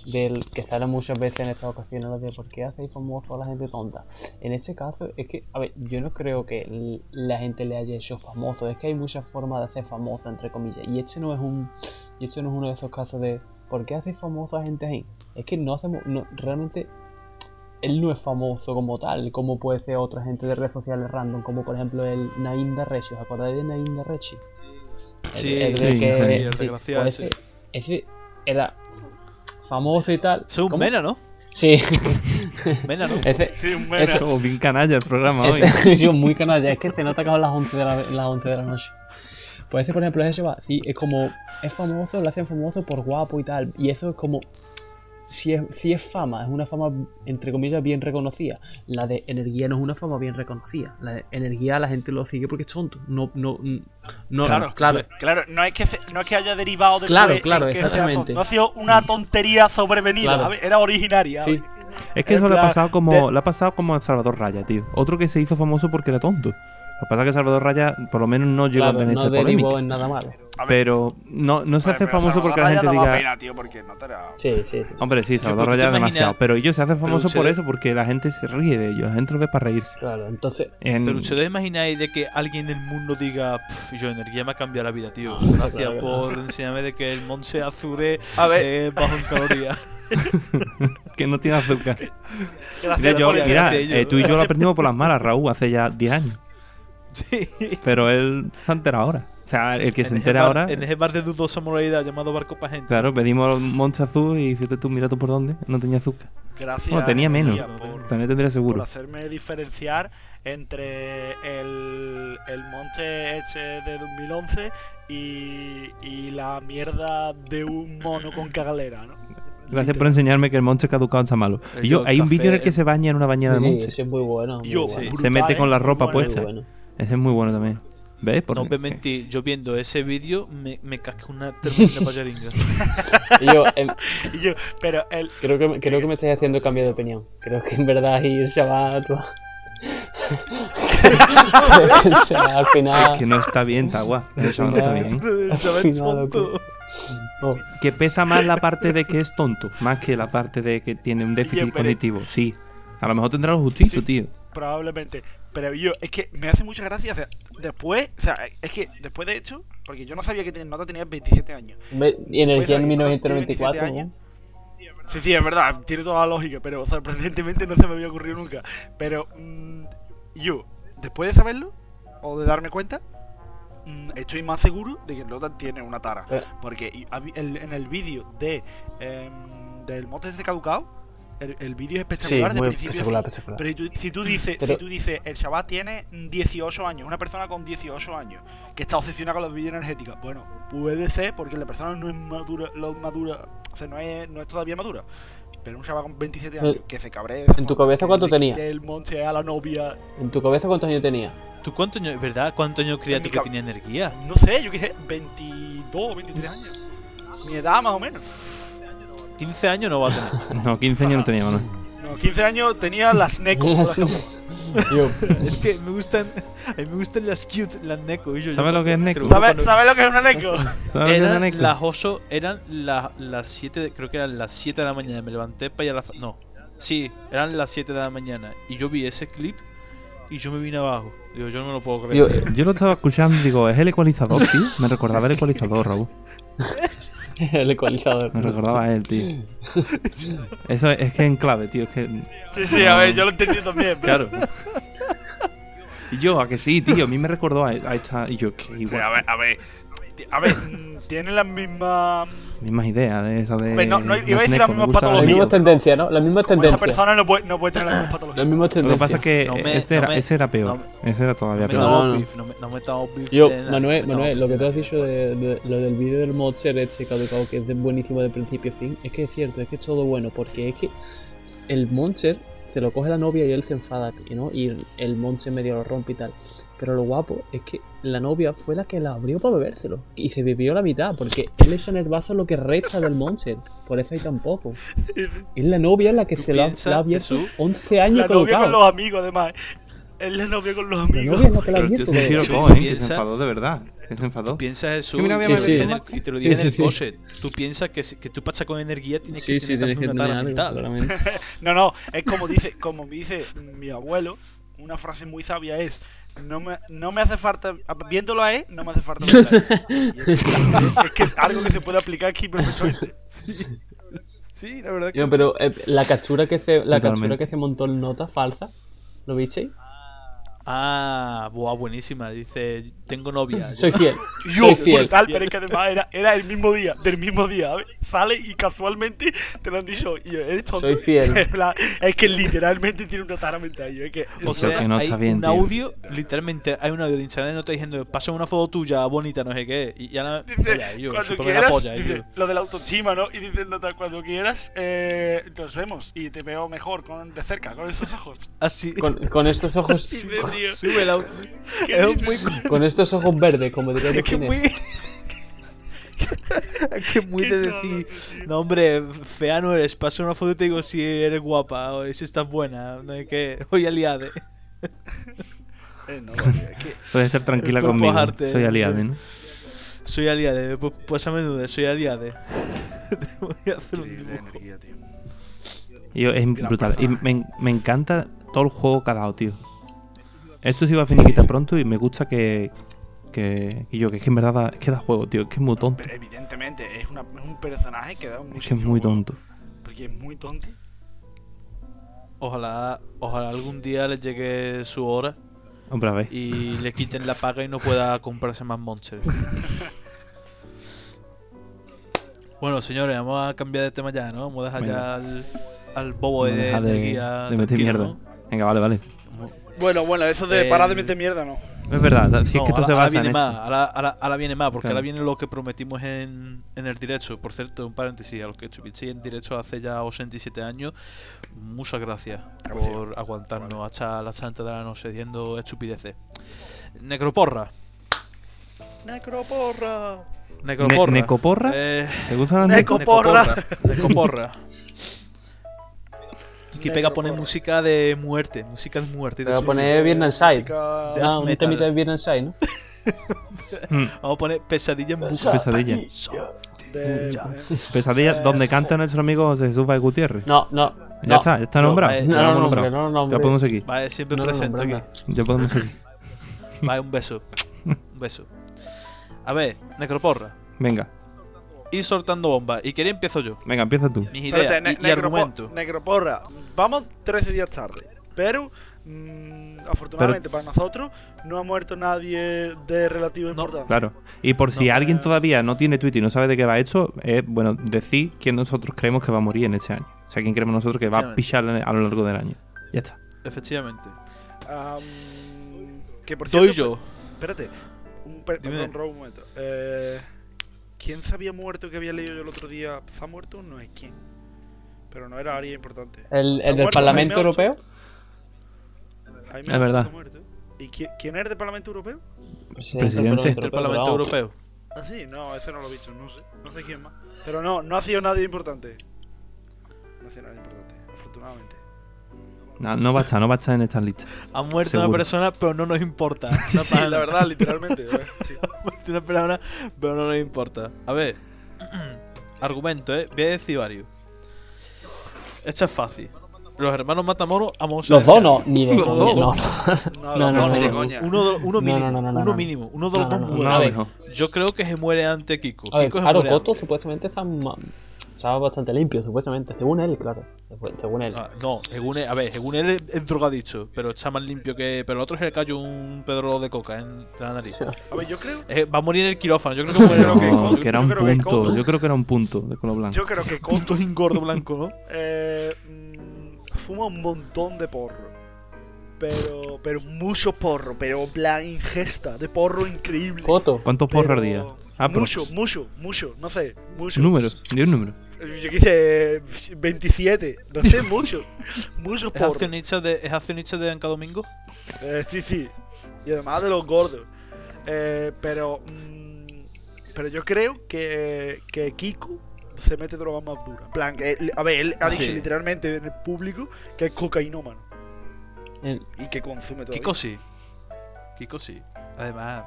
del que sale muchas veces en estas ocasiones, lo de por qué hacéis famoso a la gente tonta. En este caso, es que, a ver, yo no creo que l- la gente le haya hecho famoso, es que hay muchas formas de hacer famoso, entre comillas, y este no es un, y este no es uno de esos casos de por qué hacéis famoso a gente ahí. Es que no hacemos, no, realmente él no es famoso como tal, como puede ser otra gente de redes sociales random, como por ejemplo el Naim Darrechi. ¿Os acordáis de Naim Darrechi? Sí, El- el sí, de que- sí, el desgraciado pues ese, ese. ese era famoso y tal. Ese es un ¿Cómo? Mena, ¿no? Sí, Mena, ¿no? ese, Sí, un mena. Eso. Como bien canalla el programa hoy. ese yo muy canalla, es que se nota que son las 11 de la, las 11 de la noche. Pues ese, por ejemplo, ese va, sí, es como, es famoso, lo hacen famoso por guapo y tal, y eso es como, si es, si es fama, es una fama, entre comillas, bien reconocida. La de energía no es una fama bien reconocida. La de energía la gente lo sigue porque es tonto. No, no, no, Claro, claro. Claro, no es que, se- no es que haya derivado de Claro, claro, exactamente. no ha sido una tontería sobrevenida, Claro. a ver, era originaria. a Sí. ver. Es que En eso le ha plan, pasado como de- le ha pasado como a Salvador Raya, tío. Otro que se hizo famoso porque era tonto. Lo que pasa es que Salvador Raya por lo menos no llegó Claro, a tener no esa derivó polémica. en nada malo. A ver, Pero no, no se Hombre, hace pero famoso porque la Salvador gente Raya daba diga. pena, tío, porque no te era- Sí, sí, sí. Hombre, sí, Salvador porque tú Raya te imaginas- demasiado. Pero ellos se hacen famosos por ustedes- eso, porque la gente se ríe de ellos. Entro que es para reírse. Claro, entonces, En- Pero ¿ustedes imagináis de que alguien del mundo diga, "Pff, yo energía me ha cambiado la vida, tío? claro que Gracias no. por enseñarme de que el Monse Azure A ver. es bajo en calorías. que no tiene azúcar. gracias Mira, yo, por- Gracias, mira gracias, eh, yo- tú y yo lo aprendimos por las malas, Raúl, hace ya 10 años. Sí. Pero él se entera ahora. O sea, el que se En ese entera bar- ahora. En ese bar de dudosa moralidad llamado Barco para gente. Claro, pedimos Monza Azul y fíjate tú, mira tú por dónde. No tenía azúcar. Gracias, Bueno, tenía menos. tía, por- También tendría por seguro. hacerme diferenciar entre el, el monte este de 2011 y, y la mierda de un mono con cagalera, ¿no? Gracias por enseñarme que el monte caducado está malo. El Y yo, Eh, yo, hay un café, vídeo en el que el- se baña en una bañera de sí, monte. ese es muy bueno. Muy Yo, ¿eh? bueno. sí. Se mete con la ropa Bueno, puesta. Muy bueno. Ese es muy bueno también. ¿Ves? Por- No me mentí, yo viendo ese vídeo me, me casqué una tremenda payaringa. Y yo, em, Y yo, pero el, creo, que, me- creo que me estáis haciendo cambiar de opinión. Creo que en verdad ir se va a... se va al final... Es que no está bien, Tagua. Eso no está bien. ¿Sabes, tonto? no, Que pesa más la parte de que es tonto, más que la parte de que tiene un déficit Oye, pero- cognitivo. Sí. A lo mejor tendrá lo justito, Sí. tío. probablemente. Pero yo, es que me hace mucha gracia. O sea, después, o sea, es que después de esto, porque yo no sabía que ten- Nota tenía 27 años. ve- y energía en Pues, 1994. 27 ¿no? Sí, sí, es verdad, tiene toda la lógica, pero sorprendentemente no se me había ocurrido nunca. Pero mm, yo, después de saberlo, o de darme cuenta, mm, estoy más seguro de que Lotan tiene una tara. Eh. Porque y- hab- el- en el vídeo de em, del mote de caducado, el, el vídeo Sí, es espectacular de muy principio. a espectacular, fin. espectacular. Pero si tú, si tú dices, Pero- si tú dices, el chaval tiene 18 años, una persona con 18 años, que está obsesionada con los vídeos energéticos. Bueno, puede ser porque la persona no es madura, lo madura, o sea, no es, no es todavía madura. Pero un chaval con 27 años Eh, que se cabree. de ¿en tu forma cabeza que cuánto le tenía? quite El monte a la novia. ¿En tu cabeza cuántos años tenía? ¿Tú cuántos años, verdad? ¿Cuántos años creías En mi tú que cab- tenía energía? No sé, yo qué sé, 22, 23 años. Mi edad más o menos. 15 años no va a tener. No, 15 años no tenía, Manuel. No, 15 años tenía las necos. las Sí. cabrón. Yo, es que me gustan, a mí me gustan las cute, las Neko. y yo- ¿Sabes lo que es Neko? Te lo juro, ¿Sabes cuando- sabes lo que es una neco? ¿Sabes lo que Eran es Neko? las oso, eran la- las 7, de- creo que eran las 7 de la mañana, me levanté para ir a la... fa- No, sí, eran las 7 de la mañana y yo vi ese clip y yo me vine abajo. Digo, yo no me lo puedo yo, creer. Yo lo estaba escuchando y digo, ¿es el ecualizador, tío? Me recordaba el ecualizador, Raúl. el ecualizador. Me recordaba a él, tío. Eso es, es que en clave, tío. Es que, Sí, sí, a ver, yo lo entendí también. pero- claro. Y yo, a que sí, tío. A mí me recordó a, a esta. Y yo, que Sí, igual. a ver, a ver. Ti- A ver, mm, tiene las mismas. Mismas ideas de esa de. Hombre, no- no, de iba a decir Snake, las me gusta la mismas Las patologías. idea. mismas tendencias, ¿no? Las mismas Como esa tendencias. persona no puede, no puede tener las mismas Las patologías. mismas Lo que pasa es tendencias. que No me- este, era, no me- ese era peor. ese era todavía No peor. no, no. metamos beef, no me- no metamos beef Yo, de nada, Manuel, no metamos Manuel, lo beef que tú de has nada. dicho de, de- lo del vídeo del Monster este caducado, que es de- buenísimo de principio a fin, es que es cierto, es que es todo bueno, porque es que el Monster se lo coge la novia y él se enfada, ¿no? Y el- el monte medio lo rompe y tal. Pero lo guapo es que la novia fue la que la abrió para bebérselo. Y se bebió la mitad, porque él echa en el vaso lo que resta del monster. Por eso hay tan poco. Es la novia la que ¿Tú se lo ha, piensas, la ha abierto Jesús? 11 años La novia colocado. con los amigos, además. Es la novia con los La amigos. novia es la que la ha Pero yo abierto. prefiero Sí, Cohen, que se piensa- enfadó de verdad. Que se enfadó. Piensa Jesús Que mira, y, mira, te mira, lo dije en mira. el- y te lo Sí, dije en sí, el sí. poset. Tú piensas que, si- que tú pasa con energía tienes Sí, que sí, tener tienes que una tener tara algo, mental. seguramente. No, no, es como dice, como dice mi abuelo, una frase muy sabia es no me, no me hace falta viéndolo a él, no me hace falta verla a él". Y es, es que es algo que se puede aplicar aquí perfectamente. Sí, la verdad que Yo, pero eh, la captura que se la captura Totalmente. que se montó en nota falsa, ¿lo visteis? Ah, buah, buenísima. Dice, tengo novia. Soy fiel. Yo, soy fiel. brutal, pero es que además era, era el mismo día, del mismo día, ¿sabes? Sale y casualmente te lo han dicho, y yo, eres tonto. Soy fiel. En plan, es que literalmente tiene una tara mental. yo, es que, O Creo sea, que no hay está bien, un tío. audio, literalmente, hay un audio de Instagram no está diciendo, pasa una foto tuya bonita, no sé qué. Y ya la. Dice, Polla, yo, cuando súpame la quieras, polla, dice, yo. lo de la autoestima, ¿no? Y dice, nota, cuando quieras, eh, nos vemos y te veo mejor con, de cerca, con esos ojos. Así. Con, con estos ojos Sí, sí, tío. Sube el audio. ¿Qué Es un dices? muy. con estos ojos verdes, como diría Es que Lucine. muy. Es que muy Qué de cabrón, decir, tío. no hombre, fea no eres, pasa una foto y te digo si eres guapa o si estás buena, no sé qué, hoy aliade. Eh, no, vale, es que- Puedes estar tranquila El cuerpo conmigo. arte. Soy aliado, ¿no? Soy aliade, pues pásame duda, soy aliade. Te voy a hacer un Increíble dibujo. energía, tío. Y yo- es Gran brutal. Y personaje. me, en- me encanta todo el juego que ha dado, tío. Esto se iba a finiquitar pronto y me gusta que. Que. Y yo, que es que en verdad da, es que da juego, tío. Es que es muy tonto. Pero evidentemente, es, una- es un personaje que da un Es que es muy tonto. Porque es muy tonto. Ojalá, ojalá algún día les llegue su hora Hombre, a ver. y le quiten la paga y no pueda comprarse más monsters. Bueno, señores, vamos a cambiar de tema ya, ¿no? Vamos a dejar ya Venga. al, al bobo No de, deja de, energía de meter tranquilo, mierda. ¿no? Venga, vale, vale. Bueno, bueno, eso de Eh, parar de meter mierda, no. No Es verdad, da- si No, es que esto ahora, se ahora basa en viene esto. más, ahora, ahora- ahora viene más, porque Claro. ahora viene lo que prometimos en, en el directo. Por cierto, un paréntesis, a los que estuvisteis en directo hace ya 87 años, muchas gracias por aguantarnos hasta la santa de la noche diciendo estupideces. Necroporra, Necroporra. necroporra. Ne- ¿necoporra? Eh, ¿Te gusta la Neco- Necoporra. Necoporra. Aquí pega a poner Necroporra. música de muerte, música de muerte. Te voy a poner Vietnam Side. Música- De- Ah, death un metal. temita de Vietnam Side, ¿no? Vamos a poner pesadilla en bucle. Mm, Pesadilla. de- de- Pesadilla, donde canta nuestro amigo José Jesús Baez Gutiérrez. No, no. Ya Eh, no. está, ya está No, nombrado. eh, ya No, no, lo hemos no, hombre, nombrado. no, no, hombre. Ya podemos seguir. Vale, siempre No, no, presente hombre, aquí. anda. Ya podemos seguir. Vale, un beso. Un beso. A ver, Necroporra. Venga, Ir soltando bombas. ¿Y quería empiezo yo? venga, empieza tú. Mis Espérate, ideas ne- y- y, necropo- argumentos. Necroporra. Vamos 13 días tarde. Pero, mm, afortunadamente para nosotros, no ha muerto nadie de relativo importancia. Claro. Y por si pues, No, alguien eh. todavía no tiene Twitter y no sabe de qué va esto, es bueno, decir quién nosotros creemos que va a morir en este año. O sea, quién creemos nosotros que va a Efectivamente. pichar a lo largo del año. Ya está. Efectivamente. Am, que por Doy cierto, yo. Espérate. Un per- Dime. perdón, Rob, un momento. Eh, ¿Quién se había muerto que había leído yo el otro día? ¿Se ha muerto? No es quién. Pero no era alguien importante. El, Se ha el del muerto Parlamento Jaime Ochoa. Europeo. Jaime Es Ochoa verdad. se ha muerto. ¿Y qui- quién era del Parlamento Europeo? Presidente. Del Parlamento vamos. Europeo. Ah, sí, no, ese no lo he visto, no sé. No sé quién más. Pero no, no ha sido nadie importante. No ha sido nadie importante, afortunadamente. No, no va a estar, no va a estar en estas listas. Ha muerto Seguro. una persona, pero no nos importa. No Sí, pasa la nada. verdad, literalmente. eh, sí. Ha muerto una persona, pero no nos importa. A ver. Argumento, eh. Voy a decir varios. Esta es fácil. Los hermanos Matamoros amamos. Los dos no, ni de Los coña, dos. no. No, No, no, no, no, ni no, de no. coña. Uno, de los- uno No, mínimo. no, no, no, uno no. mínimo. Uno de los No, dos no, no, muere. no. lo ver. dejo. Yo creo que se muere antes Kiko. A ver, Kiko se Aro muere Coto antes. supuestamente está, ma- estaba bastante limpio, supuestamente. Según él, claro. Según- Según él. Ah, no, según él, a ver, según él es, es drogadicto, pero está más limpio que. Pero el otro se le cayó un pedro de coca en la nariz. A ver, yo creo Eh, va a morir en el quirófano, yo creo que muere en el creo que- No, quirófano. que era yo un creo que punto. Coco- Yo creo que era un punto de color blanco. Yo creo que con Punto gordo blanco, ¿no? Eh, mm, fuma un montón de porro. Pero, pero mucho porro, pero en plan ingesta de porro increíble. Coto. ¿Cuántos Pero porros al día? Ah, pero- mucho, mucho, mucho, no sé, mucho. Número, di un número. Yo quise 27, no sé, mucho. mucho ¿Es por. accionista de, ¿es accionista de Anca Domingo? Eh, sí, sí. Y además de los gordos. Eh, pero. mm, pero yo creo que, que Kiko se mete drogas más duras. En plan, que, él- a ver, él ha dicho Sí. literalmente en el público que es cocainómano El- y que consume todo. Kiko sí. Kiko sí. Además,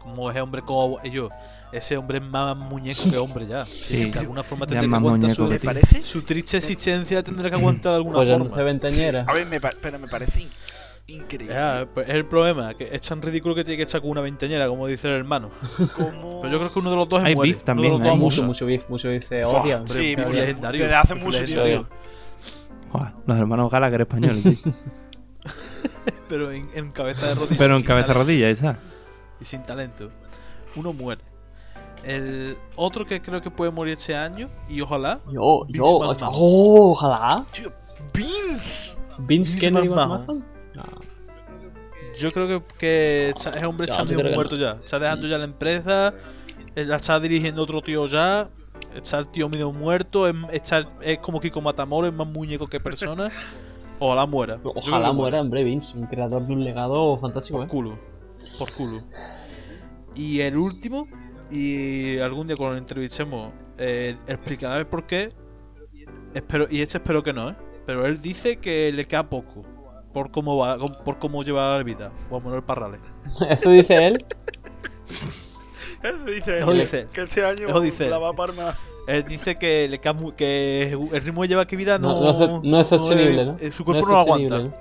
como es hombre como eh, yo, ese hombre es más muñeco que hombre ya. Sí, de alguna forma Ya tendrá es que más aguantar muñeco que Mm. ¿Me su, tío. parece? su triste existencia, tendrá que aguantar de alguna pues ya no se forma. ventañera. A ver, me pa- pero me parece in- increíble. Ya, pues es el problema, que es tan ridículo que tiene que estar con una veinteñera, como dice el hermano. Como... Pero yo creo que uno de los dos es Hay muere. beef también, uno de los hay dos Mucho, abusa. mucho beef, mucho beef se Buah, odian. hombre, Sí, beef desde- legendario. desde hace beef mucho tiempo. legendario. Buah, los hermanos Gallagher españoles, tío. Pero en, en cabeza de rodillas. Pero en y cabeza tal, rodilla, esa. Y sin talento. Uno muere. El otro que creo que puede morir este año, y ojalá, Yo, Vince yo, McMahon. oh, ojalá. Tío, Vince. Vince Vince Kennedy McMahon. McMahon. No. Yo creo que, que esa- ese hombre No, está yo medio creo que muerto ya. Está dejando ya la empresa. eh, La está dirigiendo otro tío ya. Está el tío medio muerto. Es, está el- es como Kiko Matamoros, es más muñeco que persona. Ojalá muera. Yo creo Ojalá que muera, ¿eh? hombre, Vince, un creador de un legado fantástico, ¿eh? Por culo. Por culo. Y el último, y algún día cuando lo entrevistemos, eh, explicará el por qué. Espero, y este espero que no, ¿eh? Pero él dice que le queda poco. Por cómo va, por cómo lleva la vida. Juan Manuel Parrales. Eso dice él. Eso dice Eso él, dice. Que este año Eso dice la él. va a parmar. Él dice que, le queda mu- que el ritmo que lleva que vida no, No, no es- no es sostenible, ¿no? eh, Su cuerpo es no, lo aguanta. sostenible,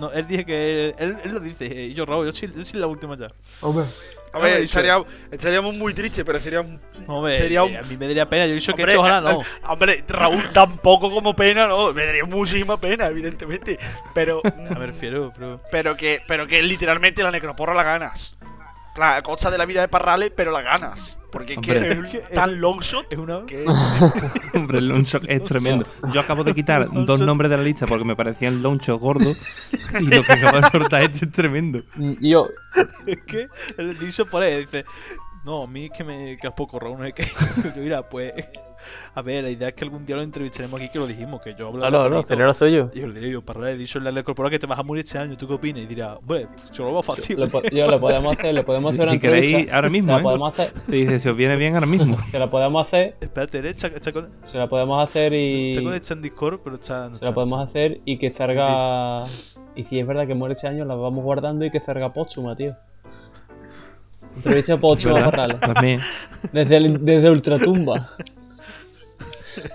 No, él dice que. Él, él lo dice. eh, Y yo, Raúl, yo soy, yo soy la última ya. ¿no? Hombre, A Yo lo he ver, dicho. estaría- estaríamos muy tristes, pero sería un. Hombre, Sería un- eh, a mí me daría pena. Yo he dicho que Hombre, eso ojalá no. eh, Hombre, Raúl tampoco como pena, no. Me daría muchísima pena, evidentemente. Pero. Me refiero, pero. Pero que, pero que literalmente la necroporra la ganas. La cosa de la vida de Parrales, pero la ganas. Porque es que Hombre. es un tan long shot Es una. que. Hombre, el Longshot es tremendo. Yo acabo de quitar Longshot. dos nombres de la lista porque me parecían Longshot gordos. Y lo que acaba de soltar este es tremendo. mm, yo, Es que él dice por ahí, dice, no, a mí es que me queda poco Raúl, es que yo mira, pues, a ver, la idea es que algún día lo entrevistaremos aquí, que lo dijimos, que yo hablo de claro, no, bonito. sería lo suyo. Y yo le digo, para he dicho en la ley corporal que te vas a morir este año, ¿tú qué opinas? Y dirá, hombre, yo lo veo fácil. Lo, po- yo lo podemos hacer, lo podemos hacer una Si queréis, entrevista. ahora Se mismo, la ¿eh? podemos hacer, Se dice, si os viene bien ahora mismo. se la podemos hacer, Espérate, ¿eh? está, está con, se la podemos hacer y. está con- Se está en Discord, pero está... No está, la podemos hacer y que salga. Y si es verdad que muere este año, la vamos guardando y que salga póstuma, tío. Entrevista póstuma ¿Verdad? fatal. También. Desde, el- desde Ultratumba.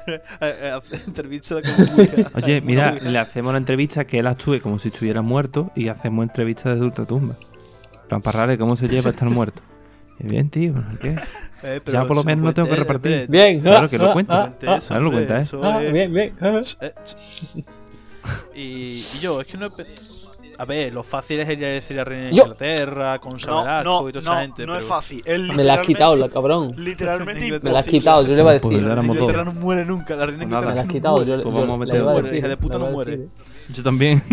Eh, eh, hace Entrevista con Ouija. Oye, mira, Ouija. le hacemos una entrevista que él actúe como si estuviera muerto y hacemos entrevista desde ultratumba. Plan Parrales, ¿cómo se lleva estar muerto? Y Bien, tío, ¿no? ¿qué? Eh, pero Ya por lo eso menos no cuenta- tengo que eh, repartir. espérate, Bien, Claro ah, que lo ah, cuento. ah, ah, eso, ahora lo hombre, cuenta, ¿eh? eso ah, es- bien, bien. ah. Eh, ch- Y, y yo, es que no. he pe- A ver, lo fácil sería decir a Reina de Yo- Inglaterra, con No, Sabelasco no, y toda no, esa gente. no pero es fácil. Es Me la has literalmente- quitado, la cabrón. Literalmente Me Me la has imposible. quitado, yo le iba a Pues decir. le La damos Reina de todo. Inglaterra no muere nunca. La Reina de Pues Inglaterra nada. Me la has no quitado, muere. yo, Pues yo vamos a le meter iba a muere, decir, hija de puta, le no iba a muere. decir. Yo también.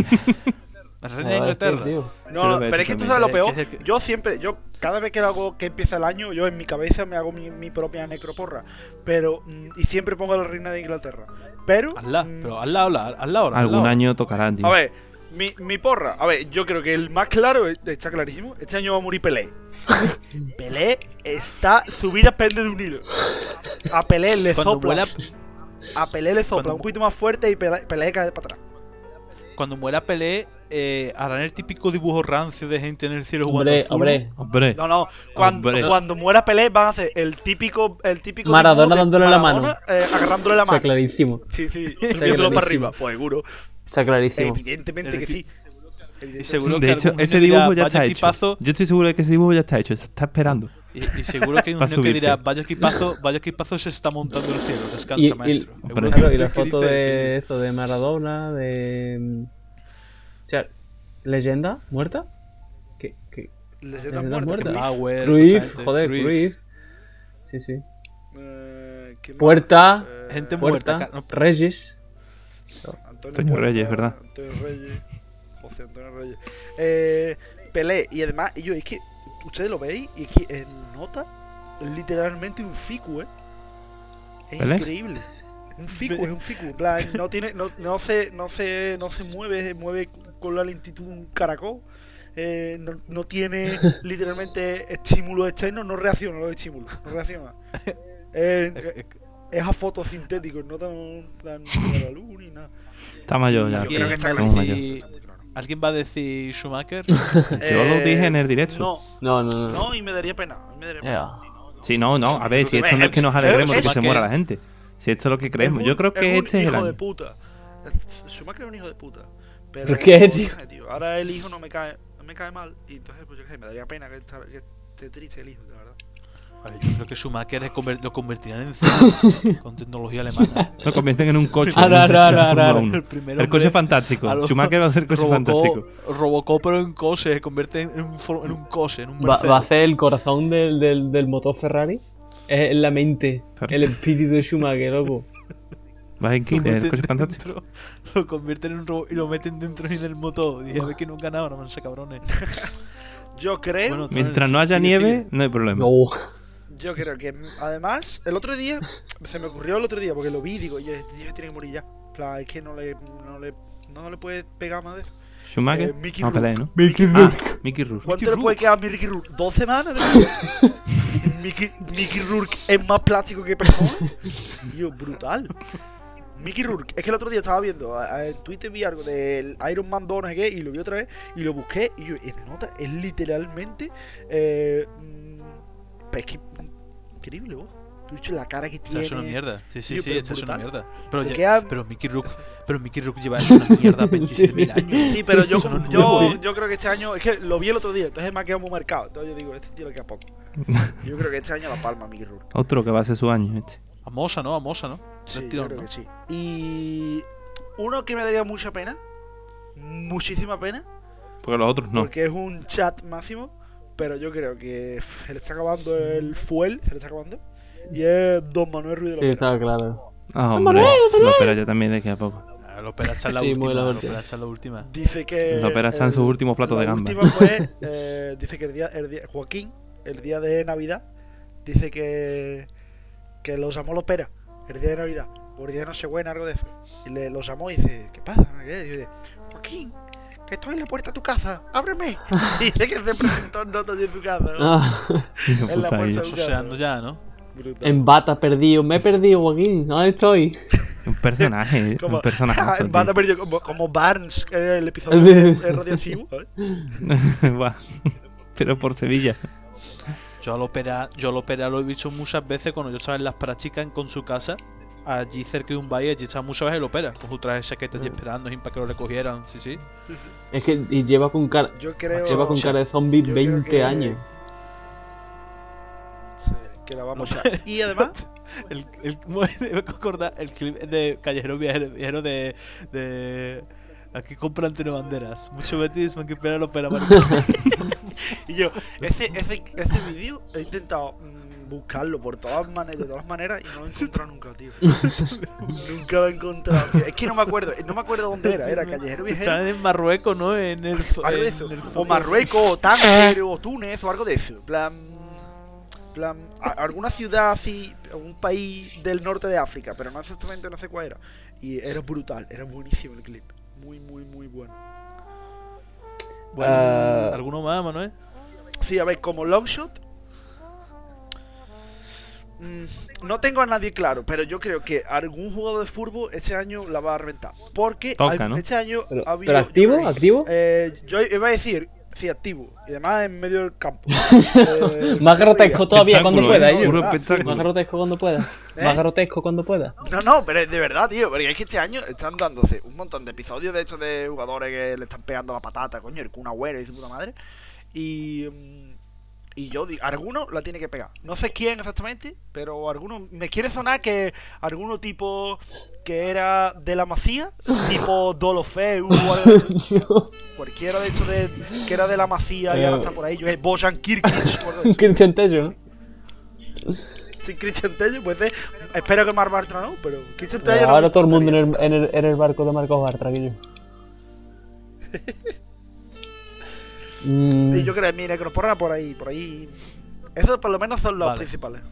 La Le Reina de iba a decir, Inglaterra. tío. Sí, No, lo veo pero es que tú tú también, sabes lo ¿sabes? peor. Que es el que- Yo siempre, yo cada vez que hago que empieza el año, yo en mi cabeza me hago mi, mi propia necroporra. Pero mm, y siempre pongo a la reina de Inglaterra. Pero Hazla, mm, pero hazla, habla, hazla ahora. hazla Algún ahora. año tocará, tío. a ver, mi, mi porra, a ver, yo creo que el más claro eh, está clarísimo. Este año va a morir Pelé. Pelé está su vida pende de un hilo. A Pelé le Cuando sopla, muera, a Pelé le sopla cuando- un poquito más fuerte y Pelé, Pelé cae para atrás. cuando muera Pelé, eh, harán el típico dibujo rancio de gente en el cielo jugando. Hombre, al fútbol. hombre. Hombre, No, Ah, no. Cuando, Hombre. cuando muera Pelé van a hacer el típico, el típico. Maradona dibujo de dándole la Maradona, eh, agarrándolo la Está mano. clarísimo. Sí, sí. clarísimo. Subiéndolo para arriba, pues seguro. Está clarísimo. Evidentemente que sí. Y seguro de que hecho, algún ese genio dirá, dibujo ya "Vaya está hecho. equipazo", Yo estoy seguro de que ese dibujo ya está hecho. Se está esperando. Y, y seguro que hay un Pa' niño que dirá, subirse. vaya equipazo, vaya equipazo se está montando el cielo, descansa Y- y- maestro. Hombre. Seguro que Claro, hay y un la tweet que foto dice eso, de eso, de Maradona, de. mm, O sea, leyenda muerta. ¿Qué? qué? Leyenda Leyenda muerta. muerta. Cruyff. Bauer, mucha Cruyff, gente, joder, Cruyff. Cruyff. Sí, sí. Eh, ¿qué más? Puerta, Eh, Gente mu- Muerta, Puerta, ca- no. Regis. Antonio, Antonio Puerta, Reyes, ¿verdad? Antonio Reyes. José Antonio Reyes. Eh, Pelé. Y además, y yo, es que ustedes lo veis y es que eh, nota literalmente un ficu, ¿eh? Es ¿Pelé? increíble. Un ficu, es un ficu. en plan, no tiene, no, no se, no se, no se mueve, se mueve con la lentitud de un caracol. Eh, no, no tiene literalmente estímulos externos, no reacciona a los estímulos, no reacciona. Eh, eh, es a fotosintético, no tan, tan a la luz ni nada. Está mayor ya. Yo creo que está Estamos claro. mayor. ¿Alguien va a decir Schumacher? Yo lo dije en el directo. Eh, No, No, no, no. no, y me daría pena. Me daría pena. Ya. Sí, no, no. A ver, si esto no es que nos alegremos de que se muera la gente. Si esto es lo que creemos. un- Yo creo que un este es el hijo de año. puta. Schumacher es un hijo de puta. Pero ¿Por qué, cojones, tío? Ahora el hijo no me cae, no me cae mal. Y entonces, pues yo qué sé, me daría pena que, esta- que esté triste el hijo, de verdad. Vale, yo creo que Schumacher es conver- lo convertirán en Zero con tecnología alemana. Lo convierten en un coche. Ahora, en un ahora, coche de ahora, Fórmula ahora. uno. El primer El coche hombre fantástico. a lo- Schumacher va a ser coche fantástico. Robocop, Robocop, pero en coche, se convierte en un, for- en un coche, en un Va, Mercedes. va a ser el corazón del, del, del motor Ferrari. Es la mente, Claro. el espíritu de Schumacher, loco. Vas en Lo Kinder, el meten coche fantástico. dentro, lo convierten en un robot y lo meten dentro ni del motor. Dije, a ver que no ganaba, no mancha cabrones. Yo creo, Bueno, tú- Mientras no haya Sigue, nieve, sigue. no hay problema. No. yo creo que además, el otro día, se me ocurrió el otro día, porque lo vi, digo, y este tío tiene que morir ya. En plan, es que no le, no le, no le puede pegar más de eso. Schumacher, Eh, Mickey vamos a pelear, ¿no? Rourke. Mickey Ah, Mickey Rourke. ¿Cuánto le puede quedar a Mickey Rourke? ¿Dos semanas? de- Mickey, Mickey Rourke es más plástico que persona. Tío, brutal. Mickey Rourke, es que el otro día estaba viendo a- a- en Twitter vi algo del Iron Man 2, no sé qué, y lo vi otra vez, y lo busqué, y yo, es nota, es literalmente. Eh, mm, es que. Increíble, vos. Tú dicho la cara que Está tiene. hecho una mierda. Sí, sí, Tío, sí, pero está hecho una brutal. mierda. Pero, Porque ya- ha- pero, Mickey Rook, pero Mickey Rook lleva hecho una mierda 27.000 años. Sí, pero yo, Eso no es nuevo, yo, ¿eh? yo creo que este año, es que lo vi el otro día, entonces me ha quedado muy marcado. Entonces yo digo, este tío le queda poco. Yo creo que este año la palma, Mickey Rourke. Otro que va a ser su año, este. A Mosa, ¿no? A Mosa, ¿no? Sí, Del yo tirón, creo ¿no? que sí. Y uno que me daría mucha pena, muchísima pena, Porque los otros no. porque es un chat máximo, pero yo creo que pff, se le está acabando el fuel, se le está acabando, y es Don Manuel Ruiz Sí, de la Pena. estaba claro. Ah, hombre. Lo espera yo también de que a poco. Ah, Lo opera está en la Sí, muy última. la Lo última. opera está en la última. Dice que... Los operas están el- sus últimos platos la de gamba. última fue, eh, dice que el día, el día- Joaquín, el día de Navidad, dice que, que los llamó los pera, el día de Navidad, o el día de Nochebuena, algo de eso. Y le, los llamó y dice, ¿qué pasa? ¿Qué? Y dice, Joaquín, que estoy en la puerta de tu casa, ábreme. Y dice que se presentó en notas de tu casa. ¿no? Ah, Hijo En la puta, fuerza ahí. de- Soseando ya, ¿no? Brutal. en bata perdido, me he perdido, Joaquín. ¿Dónde estoy? Un personaje, Como- un personaje. Ah, en banda perdido, como, como Barnes en el episodio de, de Radioactivo. ¿eh? Buah. Pero por Sevilla. Yo al ópera, yo al ópera lo he visto muchas veces cuando yo estaba en las prácticas en- con su casa, allí cerca de un valle, allí estaba muchas veces el ópera, con su traje chaqueta Mm. allí esperando sin para que lo recogieran, sí, sí. Es que y lleva con cara, Yo creo lleva con cara de zombie yo creo 20 que- años. sí, que la vamos a... Y además... El, el, me acordar el clip de Callejero Viajero, viajero de, de... Aquí compra Antonio Banderas. Mucho betismo que espera el ópera, maricón. Y yo, ese, ese, ese vídeo he intentado mm, buscarlo por todas maneras, de todas maneras, y no lo he encontrado nunca, tío. nunca lo he encontrado, tío. Es que no me acuerdo, no me acuerdo dónde era, era Callejero Viajero. Estaban en Marruecos, ¿no? En el... Algo de en eso. el- O Marruecos, o Tánger, o Túnez, o algo de eso. En Plan. en plan a- alguna ciudad así, algún país del norte de África, pero no exactamente, no sé cuál era. Y era brutal, era buenísimo el clip. Muy, muy, muy bueno. Bueno, Ah. ¿Alguno más, Manuel? Sí, a ver, como long shot. mm, No tengo a nadie claro, pero yo creo que algún jugador de fútbol este año la va a reventar. Porque Toca, hay- ¿no? este año Pero, ha habido. pero activo, yo creo- activo. eh, yo iba a decir, sí, activo. Y además en medio del campo. Eh, Más grotesco todavía, cuando Espectáculo, pueda. ¿eh? ellos. ello. Puro Ah, sí, Más espectáculo. grotesco cuando pueda. Más grotesco cuando pueda. No, no, pero es de verdad, tío, porque es que este año están dándose un montón de episodios de estos de jugadores que le están pegando la patata, coño, el Kun Agüero y su puta madre. Y, mm, y yo digo, alguno la tiene que pegar. No sé quién exactamente, pero alguno. Me quiere sonar que alguno tipo que era de la Masía, tipo Dolofeu o algo de eso. Pues Cualquiera de esos de, que era de la Masía y ahora está por ahí, yo es Bojan Kirkic o algo de eso. Cristian Tello, ¿no? Sin Christian Tello, pues eh, espero que Mar Bartra no, pero Christian Tello. no me Ahora todo el mundo importaría. en el, en el- en el barco de Marcos Bartra, que yo. Mm, Y yo creo que mi necroporra por ahí, por ahí. Esos por lo menos son los Vale. principales.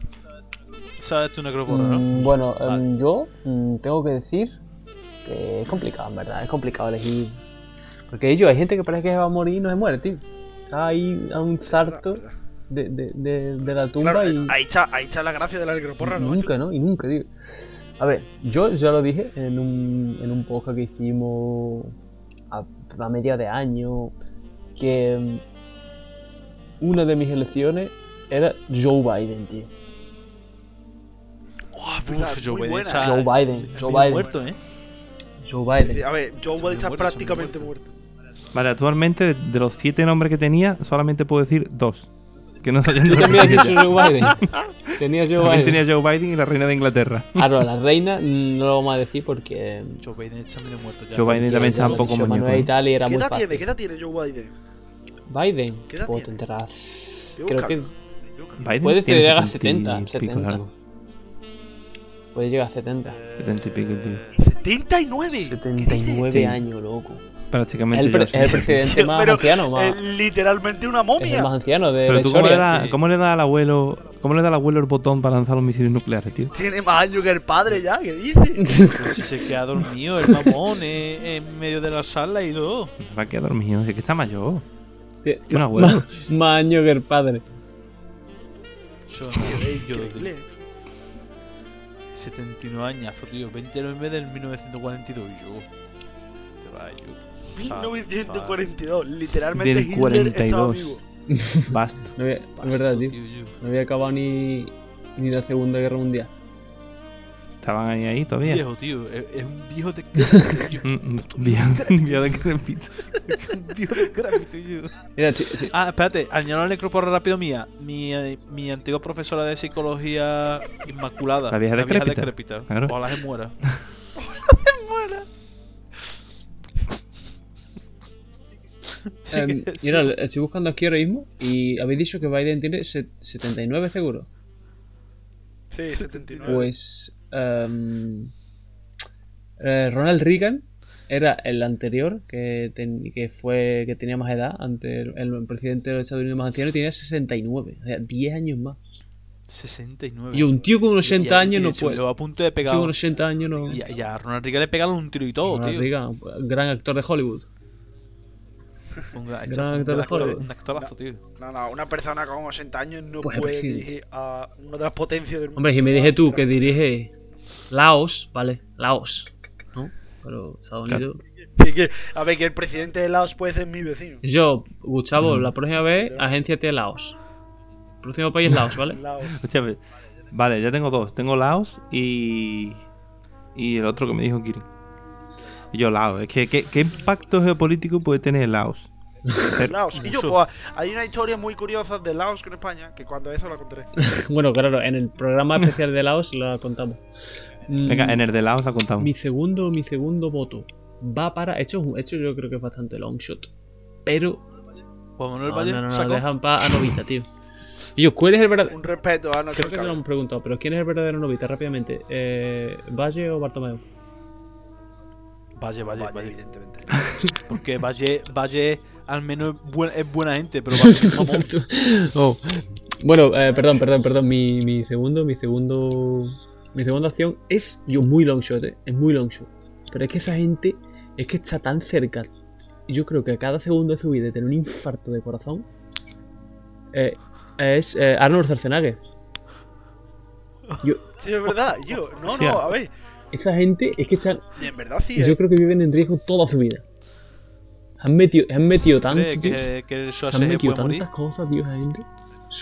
sabes tú, Necroporra, ¿no? Mm, bueno, Vale. em, yo mm, tengo que decir que es complicado, en verdad. Es complicado elegir. Porque yo, hay gente que parece que se va a morir y no se muere, tío. Está ahí a un sarto verdad. de, de, de, de la tumba Claro, y. ahí, está, ahí está la gracia de la necroporra, ¿no? Nunca, ¿no? Y nunca, tío. A ver, yo ya lo dije en un, en un podcast que hicimos a, a media de año que mm, una de mis elecciones era Joe Biden, tío. Buah, es Ah, verdad, Uf, yo muy voy de buena. ¿eh? esa- Joe Biden, Está Joe bien Biden. muerto, ¿eh? Joe Biden. A ver, Joe Biden está muerto, prácticamente está muerto. Vale, actualmente de, de los siete nombres que tenía, solamente puedo decir dos. Que no se hayan Yo también repetido había ya. dicho Joe Biden. Tenía Joe También Biden. tenía Joe Biden y la reina de Inglaterra. Ahora, la reina no lo vamos a decir porque. eh, Joe Biden está medio muerto ya. Joe Biden también está un poco José Manuel muñeco. Italia era ¿Qué muy edad fácil. tiene? ¿Qué edad tiene Joe Biden? Biden. ¿Qué edad Pues tiene? tendrás. Voy a Creo que buscarlo, voy a buscarlo. Biden Puede tiene llegar a 70 y 70, pico 70. largo. puede llegar a 70. 70 y pico, tío. 79. ¿Qué dices? 79 Sí. años, loco. Prácticamente El pre- Es Johnson. el presidente más Pero, anciano, más. eh, literalmente una Es el más momia. anciano de la Pero tú, ¿cómo le, historia. da, ¿cómo le da al abuelo cómo le da al abuelo el botón para lanzar los misiles nucleares, tío? Tiene más años que el padre ya, ¿qué dice? Pero si se queda dormido el mamón eh, en medio de la sala y todo. Va a quedar dormido, si es que está mayor. Sí. Que un abuelo. Más, más años que el padre. Yo no, yo lo Increíble. digo. 79 añazo, tío. 29 del 1942. Y yo. Te va, yo. Chaval, 1942, literalmente Del Hitler estaba 42. vivo. Basto. No había, chaval, es verdad, pasto, tío. yo. No había acabado ni, ni la Segunda Guerra Mundial. Estaban ahí, ahí todavía. Viejo, tío. e, Es, es un viejo de crepito. Mm, mm, Viejo viejo de crepito. un viejo de crepito, yo. Mira, si- si- Ah, espérate, añado la necroporra rápido mía. Mi, eh, mi antigua profesora de psicología inmaculada. La vieja decrépita. decrépita. Claro. Ojalá se muera. Ojalá se em, muera. mira, estoy buscando aquí ahora mismo y habéis dicho que Biden tiene se- 79 seguro. Sí, 79. Pues em, eh, Ronald Reagan era el anterior que, ten- que fue que tenía más edad ante el, el presidente de los Estados Unidos más anciano y tenía 69, o sea, 10 años más. 69. Y un tío con 80 años no puede. Lo Un a punto de pegar. tío con 80 años no. Y, a- y a Ronald Reagan le pegaron un tiro y todo, Ronald tío. Reagan, gran actor de Hollywood. Fue Un, gran- Gran fue un actor de actor- Hollywood. un actorazo, tío. No, no, una persona con 80 años no Pues, puede sí. dirigir a una de las potencias del mundo. Hombre, si me dije tú que dirige Laos, vale, Laos, ¿no? Pero Estados Claro. Unidos. Sí, que- a ver, que el presidente de Laos puede ser mi vecino. Yo, Gustavo, Mm. la próxima vez, agénciate Laos. Próximo país Laos, ¿vale? Laos. Escucha, ve- Vale, ya tengo dos. Tengo Laos y. Y el otro que me dijo Kirin. Y yo, Laos. Es que, ¿qué, qué impacto geopolítico puede tener Laos? Cero. Laos. Y yo, Mucho. pues, hay una historia muy curiosa de Laos con España que cuando eso la contaré. Bueno, claro, en el programa especial de Laos la contamos. Mm, Venga, en el de Laos la contamos. Mi segundo, mi segundo voto va para. Esto, es un- esto yo creo que es bastante long shot. Pero. Juan Manuel No, Valle no, no, no, sacó. deja en paz a Novita, tío. Y yo, ¿cuál es el verdadero.? Un respeto a nuestro Creo que te lo hemos preguntado, pero ¿quién es el verdadero Novita? Rápidamente. Eh, ¿Valle o Bartomeu? Valle, Valle, Valle, Valle. evidentemente. Porque Valle, Valle al menos es buena, es buena gente, pero Valle es un mamón. Oh. Bueno, eh, perdón, perdón, perdón. Mi, mi segundo, mi segundo. Mi segunda opción es. Yo, muy long shot, eh, Es muy long shot. Pero es que esa gente. Es que está tan cerca. Yo creo que a cada segundo de su vida tener un infarto de corazón. eh, es eh, Arnold Schwarzenegger. Yo- Sí, es verdad. Yo, no, Sí, no, ah. a ver. esa gente es que están. En verdad sí. Yo eh. creo que viven en riesgo toda su vida. Han metido, han metido tanto. ¿Cree tío, que, que el han Schwarzenegger metido puede tantas morir? cosas, Dios, gente.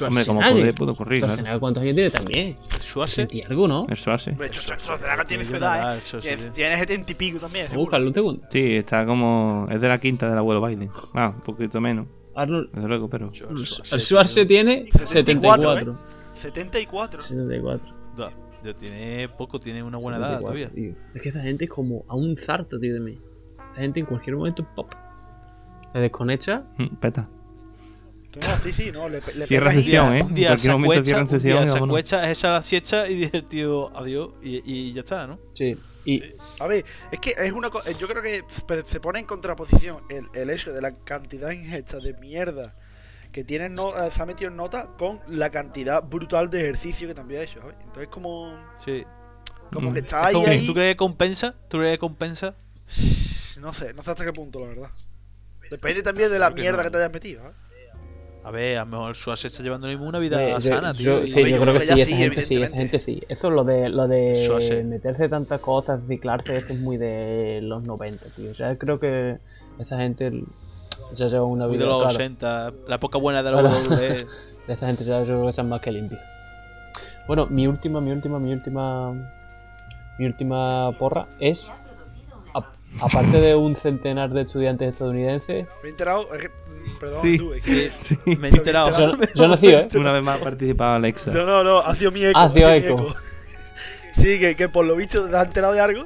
Hombre, como Schwarzenegger. puede, puede ocurrir, claro. Schwarzenegger, ¿cuántos años tiene también? ¿El Schwarzenegger? Sentí algo, ¿no? Eso hace. Hombre, Schwarzenegger tiene su Tiene edad, una ¿eh? edad, eso sí, Tiene tío. tiene 70 y pico también. seguro. Búscalo un segundo. Sí, está como. Es de la quinta del abuelo Biden. Ah, un poquito menos, Arnold. desde luego, pero. George El Schwarze tiene 74, 74. ¿eh? ¿eh? 74. 74. Da, ya tiene poco, tiene una buena edad todavía. tío. Es que esta gente es como a un zarto, tío, de mí. Esta gente en cualquier momento pop. Se desconecta. Mm, Peta. No, sí, sí, no. Le, le Cierra pegas y- sesión, ¿eh? Un En día se cualquier momento acuesta, cierran un sesión día y se vámonos. acuesta, echa la siesta y dice el tío adiós y, y ya está, ¿no? Sí. Y A ver, es que es una cosa. Yo creo que se se pone en contraposición el, el hecho de la cantidad ingesta de mierda que tiene no- eh, se ha metido en nota con la cantidad brutal de ejercicio que también ha hecho. ¿sabes? Entonces, como, Sí. como Mm. que Es está ahí, como- ahí. ¿Tú crees que compensa? ¿Tú crees que compensa? No sé, no sé hasta qué punto, la verdad. Depende también de la mierda que te hayas metido. ¿eh? A ver, a lo mejor Suárez está llevando una De- vida de- sana, yo- tío. y- sí, yo creo que ella sí, esa sí, gente sí, esa gente evidentemente. sí. Eso es lo de, lo de Eso sí. meterse tantas cosas, ciclarse, esto es muy de los 90, tío. O sea, creo que esa gente ya lleva una Muy de vida. los claro, 80, la poca buena de eh. la Claro. WWE. de esa gente ya yo creo que están más que limpios. Bueno, mi última, mi última, mi última. Mi última porra es. a- aparte de un centenar de estudiantes estadounidenses, Me he enterado. es que- mm, perdón, Sí, tú, es que- sí, sí. Me he enterado. yo, yo no sigo, ¿eh? Una vez más ha participado Alexa. No, no, no, ha sido mi eco. Ha sido mi eco. Sí, que, que por lo visto te has enterado de algo.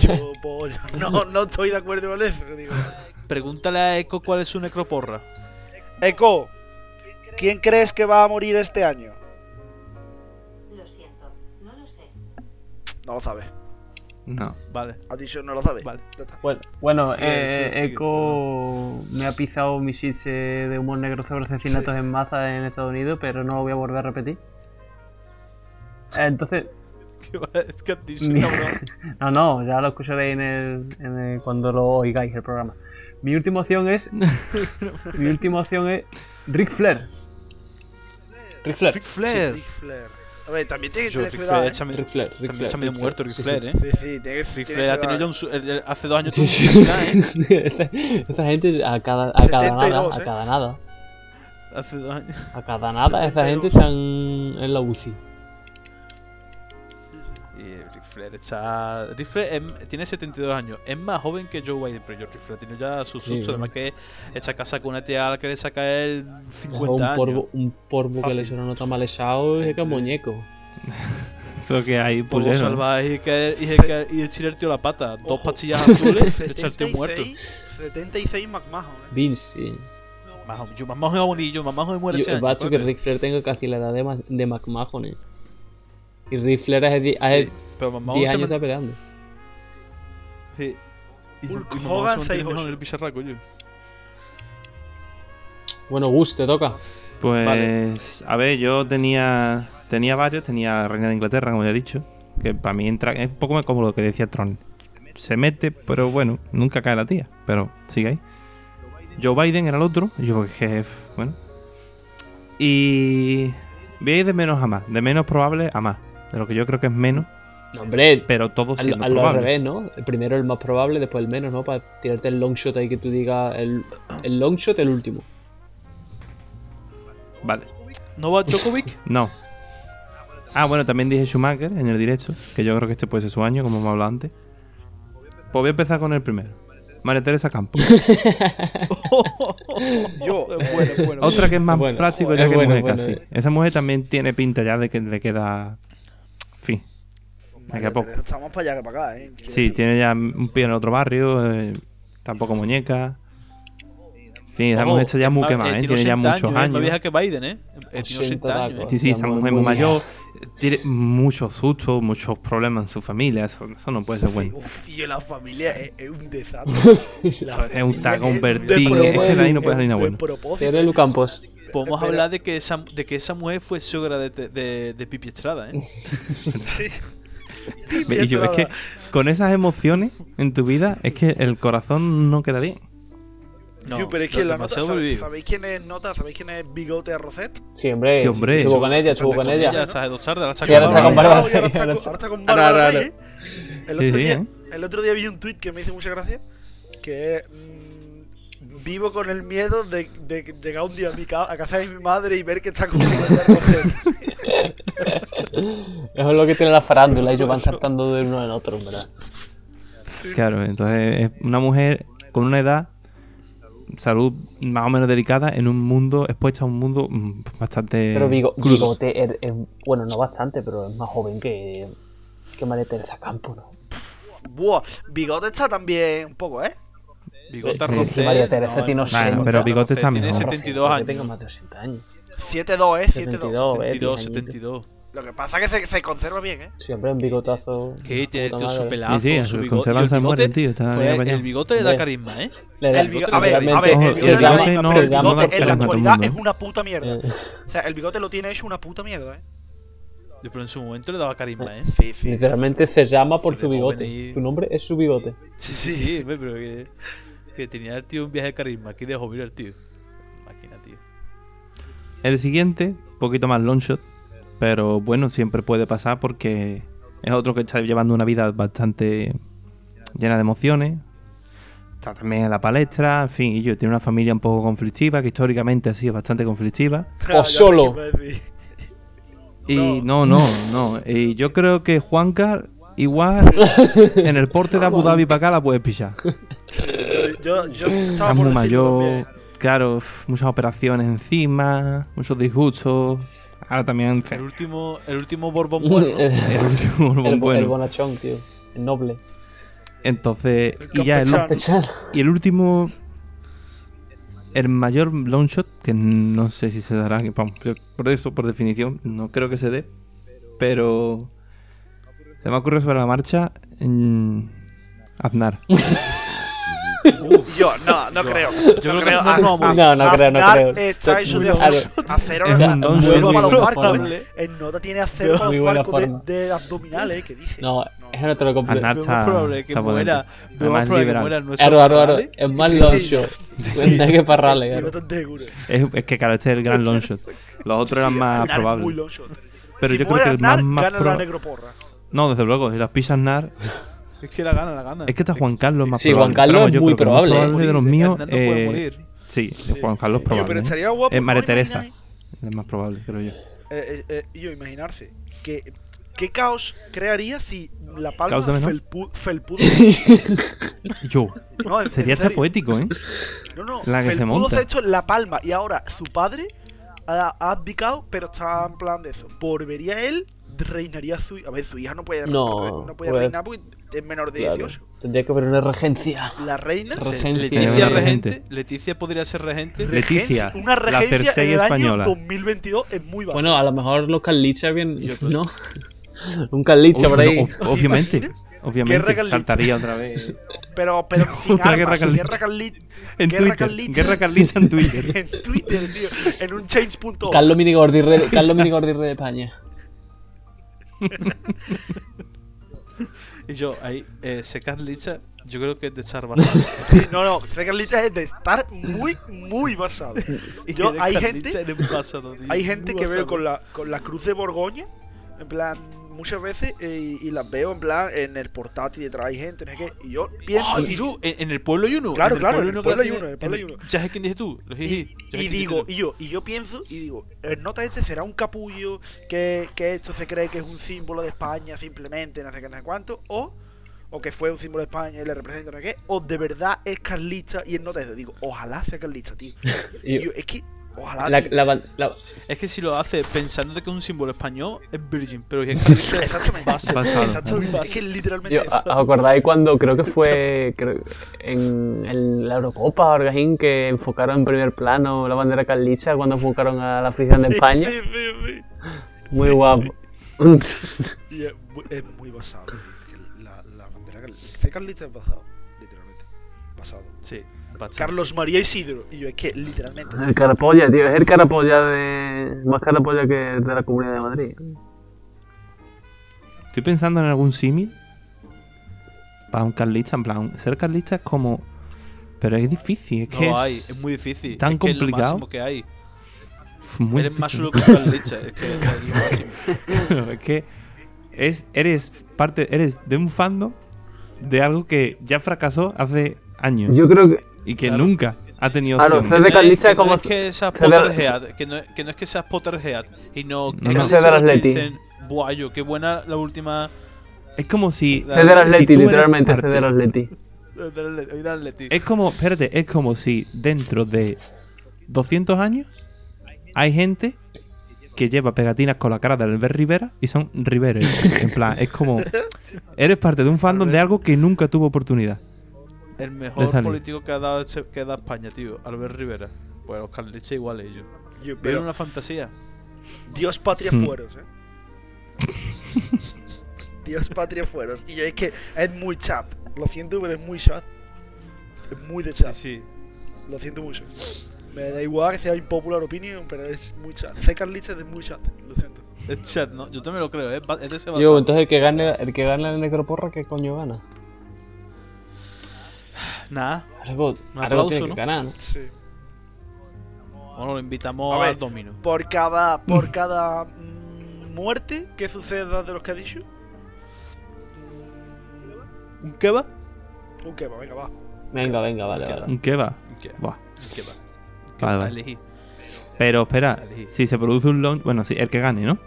Yo, pues, no, no estoy de acuerdo con eso. digo. Pregúntale a Echo cuál es su necroporra. Eco, ¿quién crees que va a morir este año? Lo siento, no lo sé. No lo sabes. No. Vale, Ha dicho no lo sabes. vale. Ya está. Bueno, bueno Sigue, eh, sigue, sigue, Echo me ha pisado mi shit eh, de humor negro sobre asesinatos en masa en Estados Unidos, pero no lo voy a volver a repetir. Entonces, ¿Qué va? Es que has dicho, Mi- cabrón. no, no, ya lo escucharéis en el, en el- cuando lo oigáis el programa. Mi última opción es. mi última opción es. Ric Flair. Ric Flair. Ric Flair. Ric Flair. A ver, también tiene que Yo, tener Ric su Flair edad, ¿eh? está medio- Ric Flair. Ric también está Flair, medio muerto, Ric Flair, ¿eh? Sí, sí, tiene que Ric tiene Flair ha su tenido edad. ya un su- el- el- hace dos años tuvo Sí, un sí. suicida, ¿eh? esa, esa gente a cada, a cada 72, nada, ¿eh? a cada nada. Hace dos años. A cada nada, esa gente están en la UCI. Y Ric Flair está. Ric Flair em- tiene 72 años. Es más joven que Joe Biden, pero yo Ric Flair tiene ya sus Sí, sustos. Además bueno. que está casada con una tía a la que le saca él Es 50 un años. porbo, un porbo que Fácil. le hicieron nota malechado es que Sí. muñeco. Eso que hay Pues Por lo pusieron. salvar Pues y, caer, y, caer- y echar el tío la pata. Dos pastillas ¿eh? azules y echar el tío muerto. 76, 76 McMahon. ¿eh? Vince, sí. Más o- yo más majo es bonillo, más majo es muere Yo, este el año, bacho que coño. Ric Flair tenga casi la edad de, Ma- de McMahon, eh. Y Ric Flair hace di- hace Sí, pero más majo 10 se años man- está peleando. Sí. Y, y Hulk más majo se Hogan, mantiene mejor 6'8". en el bicharraco, yo. Bueno, Gus, te toca. Pues, a ver, yo tenía tenía varios, tenía Reina de Inglaterra, como ya he dicho, que para mí entra es un poco como lo que decía Tron. Se mete, pero bueno, nunca cae la tía, pero sigue ahí. Joe Biden era el otro, yo pues, que bueno. Y voy a ir de menos a más, de menos probable a más, de lo que yo creo que es menos, No, hombre, pero todos al- siendo al, al probables. revés, ¿no? El primero el más probable, después el menos, ¿no? Para tirarte el long shot ahí que tú digas el, el long shot, el último. Vale. ¿No va Djokovic? No. Ah, bueno, también dije Schumacher en el directo, que yo creo que este puede ser su año, como hemos hablado antes. Pues voy a empezar con el primero. María Teresa Campos. Oh, Yo, bueno, bueno. Otra que es más Bueno, plástico ya es que bueno, mujer bueno, casi. eh. Esa mujer también tiene pinta ya de que le queda... Fin. Madre a poco. Teresa, Estamos para allá que para acá, ¿eh? Quiero Sí, decir, tiene ya un pie en el otro barrio, eh, tampoco muñeca. Sí, esa Ojo, mujer está ya muy eh, quemada, ¿eh? tiene tiene ya 80 muchos años, Es más años. vieja que Biden, ¿eh? Eh, Tiene 80 80 años. tacos. ¿eh? Sí, sí, Ya esa muy- mujer muy muy mayor, tiene muchos sustos, muchos problemas en su familia, eso, eso no puede ser bueno. Uf, y la familia es, es un desastre. La Eso es un familia taco, un es vertigo, despropósito, es que de ahí no puede salir nada es bueno. despropósito. Tiene Lu Campos. Podemos Pero- hablar de que esa, de que esa mujer fue suegra de, de, de Pipi Estrada, ¿eh? Y yo, es que con esas emociones en tu vida, es que el corazón no queda bien. Tío, pero es que no, la nota, demasiado ¿sabe- vivido. ¿sabéis quién es nota? ¿Sabéis quién es Bigote Roset? Sí, hombre. Sí, hombre. Estuvo con ella, estuvo con Con ella. ella, esas dos tardes, la saca Y ahora está Bárbara. con Bárbara. Ahora está con- ahora está con Ahora, Bárbara ahora, Rey, ¿eh? El Sí, otro sí, día- ¿eh? El otro día vi un tweet que me hizo mucha gracia, que es... mm, Vivo con el miedo de, de, de llegar un día a, mi ca- a casa de mi madre y ver que está con Bigote Roset. Eso es lo que tiene la farándula, ellos van saltando de uno en otro, en ¿verdad? Claro, entonces es una mujer con una edad, salud más o menos delicada, en un mundo, expuesta a un mundo mm, bastante. Pero Bigo- crudo. Bigote es, es- bueno, no bastante, pero es más joven que, que María Teresa Campo, ¿no? Buah, Bigote está también un poco, ¿eh? Bigota Sí, sí, Rosé, María Teresa no, tiene no, 80. Bueno, pero Bigote está Tiene mejor. Pero 72 joder, que Tengo años. más de 80 años. 7-2, ¿eh? 72, eh, 7-2. 72, 10 añitos. 72. Lo que pasa es que se, se conserva bien, ¿eh? Siempre un bigotazo. Que tiene el Puta tío madre. su pelazo, Sí, sí, su con bigote. y se el lanza el muere, bigote tío, está fue- bien apañado. el bigote le da Hombre. carisma, ¿eh? Le da- El bigo- a ver, a ver, literalmente- Ojo, el bigote, y el la- bigote no- pero el no bigote lo en la queremos a todo el actualidad mundo, es ¿eh? una puta mierda. Eh, O sea, el bigote lo tiene hecho una puta mierda, ¿eh? Pero en su momento le daba carisma, ¿eh? Sí, sí. Literalmente se llama por Se su ve joven bigote. ahí. Su nombre es su bigote. Sí, sí, sí, hombre, pero que, que tenía el tío un viaje de carisma. Aquí dejó mirar el tío. Máquina, tío. El siguiente, un poquito más long shot, pero bueno, siempre puede pasar porque es otro que está llevando una vida bastante llena de emociones. Está también en la palestra, en fin, y yo tiene una familia un poco conflictiva, que históricamente ha sido bastante conflictiva. Ah, Ya O sé solo. qué iba a decir. Y no, no, no. Y yo creo que Juanca, igual, en el porte de Abu Dhabi para acá la puedes pillar. Eh, Yo, yo estaba Está por muy decirlo mayor, también. claro, f- muchas operaciones encima, muchos disgustos. Ahora también El fe- último, el último Borbón bueno. el El último Borbón el bo- el bueno. bonachón, tío. El noble. Entonces, El y ya el, campechano. Pechar. y el último, el mayor long shot, que no sé si se dará, que vamos, yo por eso, por definición, no creo que se dé, pero se me ocurre sobre la marcha mm, Aznar. Yo, no, no Yo- creo. creo no que no, creo. no, Aznar- no, no creo, no Aznar creo. Está hecho Muy de buena abuso. A cero Es la- un huevo nonsense. para los Muy barcos, buena ¿eh? En nota tiene a cero para Muy los buena barcos forma. de, de abdominales, ¿eh? ¿Qué dice? No, eso no te lo compro. Aznar Veo está, más probable que está muera, potente. veo más Además, probable que liberal. muera nuestro Aro, aro, aro. Morales. Es más Sí, long sí. shot. Sí. Hay que parrarle, Estoy claro. bastante seguro. Es, es que claro, este es el gran long shot. Los otros eran más Aznar es muy probables. long shot. Ah, Pero Si yo creo muere que el más, Aznar, más gana la probable. Negroporra. No, desde luego, y las pisa Aznar. Es que la gana, la gana. Es que está Juan Carlos más Sí, Juan probable. Carlos Pero es yo muy creo que el más probable, ¿eh? probable de los míos. Hernando puede Eh, morir. sí, Juan Carlos Tío, probable. pero ¿eh? estaría guapo. Es María ¿no? Teresa. Imagináis- Es más probable, creo yo. eh, eh, eh, yo imaginarse que qué caos crearía si la palma Caos de menor. felpu- felpudo Yo. no, en- Sería en hasta serio. poético, ¿eh? no, no, la que se felpudo monta. ha hecho la palma y ahora su padre ha, ha abdicado pero está en plan de eso volvería él reinaría su a ver su hija no puede No, no puede pues- reinar porque es menor de Claro. 18 Tendría que haber una regencia. la reina Re- Se- Regencia. Leticia Eh, regente. regente. Leticia podría ser regente. Le- Leticia, regencia- una la regencia Cersei en el española. año 2022 es muy bajo Bueno, a lo mejor los carlichas bien. Yo creo- ¿No? Un carlicha por Obvio- ahí. ob- obviamente. Obviamente. regalito. Saltaría otra vez. pero pero sin Otra guerra armas, sin carlista. guerra carlista En Guerra Twitter. carlista. Guerra Carlita en Twitter. en Twitter, tío, en un change.org. Carlos Minigordi, re, Carlos Minigordi re de España. Y yo, ahí, eh, se Carlicha, yo creo que es de estar basado. Sí, No, no, ser carlista es de estar muy, muy basado. Y Yo, que de hay Carlicha gente, eres basado, tío. hay gente Muy que veo basado. con la, con la cruz de Borgoña, en plan, muchas veces, eh, y, y las veo en plan en el portátil detrás hay gente, no sé qué, y yo pienso, Ah, y, yo, en, en el pueblo hay uno. en Claro, el claro, pueblo en el que la pueblo hay tiene- uno, en el pueblo en- hay uno. Ya sé quién dices tú. los jiji, y, ya sé y quién dices digo, tú. y yo, y yo pienso, y digo, "Eh, el nota ese será un capullo que, que esto se cree que es un símbolo de España simplemente, no sé qué, no sé cuánto, o, o que fue un símbolo de España y le representa no sé qué, o de verdad es carlista y el nota eso. Digo, ojalá sea carlista, tío. Y- Y yo, es que, ojalá. la, tío. la, ban- la- Es que si lo hace pensando de que es un símbolo español, es virgin. Pero si es Carlicha, Exactamente. va a ser Basado. Exactamente. Es que literalmente Yo, eso. ¿Os acordáis cuando creo que fue creo- en el- la Eurocopa o Argajín que enfocaron en primer plano la bandera carlicha cuando enfocaron a la afición de España? Sí, sí, Muy guapo. sí. Y es muy, es muy basado. tío. Es que La, la bandera cal- ser carlista es basado, literalmente. Basado. Sí, bastante. Carlos María Isidro. Y yo, es que literalmente. El carapolla, tío, es el carapolla de. Más carapolla que el de la Comunidad de Madrid. Estoy pensando en algún símil para un carlista. En plan, ser carlista es como. Pero es difícil, es que No es, hay, es muy difícil. tan es que Es complicado. lo máximo que hay. muy Eres más solo difícil. que Carlicha. Es que es lo máximo. Claro, es que es, eres parte, eres de un fandom de algo que ya fracasó hace años Yo creo que. y que Claro. nunca ha tenido Claro, opción. Fede- de No es- Carlicha que como- No es que seas Fede- Potterhead, que no, que no es que seas Potterhead, y no que No, no. Carlicha Fede es lo que Atleti. dicen, "Buah, yo, qué buena la última Es como si Fede Ceder si tú Atleti, eres literalmente, parte- Ceder Atleti. de- de- de- de Atleti". Es como, espérate, es como si dentro de 200 años hay gente que lleva pegatinas con la cara de Albert Rivera y son Riveres. en plan, es como eres parte de un fandom de algo que nunca tuvo oportunidad. El de mejor salir. político que ha dado este- que da España, tío, Albert Rivera. Pues los Carlicha igual ellos. Yo, Vieron pero, una fantasía. Dios patria Hmm. fueros, eh. Dios patria fueros. Y yo es que es muy chap. Lo siento, pero es muy chat. Es muy de Sí, chat. sí. Lo siento mucho. Me da igual que sea impopular opinion, pero es muy chat. C. Carlitos es muy chat. Lo siento. Es chat, ¿no? Yo también lo creo, ¿eh? Va- Es de ese Yo, basado. entonces el que gane, el que gane la necroporra, ¿qué coño gana? Nah, Algo, Un algo aplauso, tiene que ¿no? ganar, ¿no? Sí. bueno, lo invitamos A a ver. al Domino. Por cada, por cada mm, muerte que suceda de los que ha dicho, ¿Un kebab? un quema, venga, va. Venga, venga, vale, Queda. vale. ¿Un kebab? Un kebab. Buah. Un kebab. Un Vale, kebab a vale. elegir. Pero espera, Vale. si se produce un launch. Bueno, sí, el que gane, ¿no?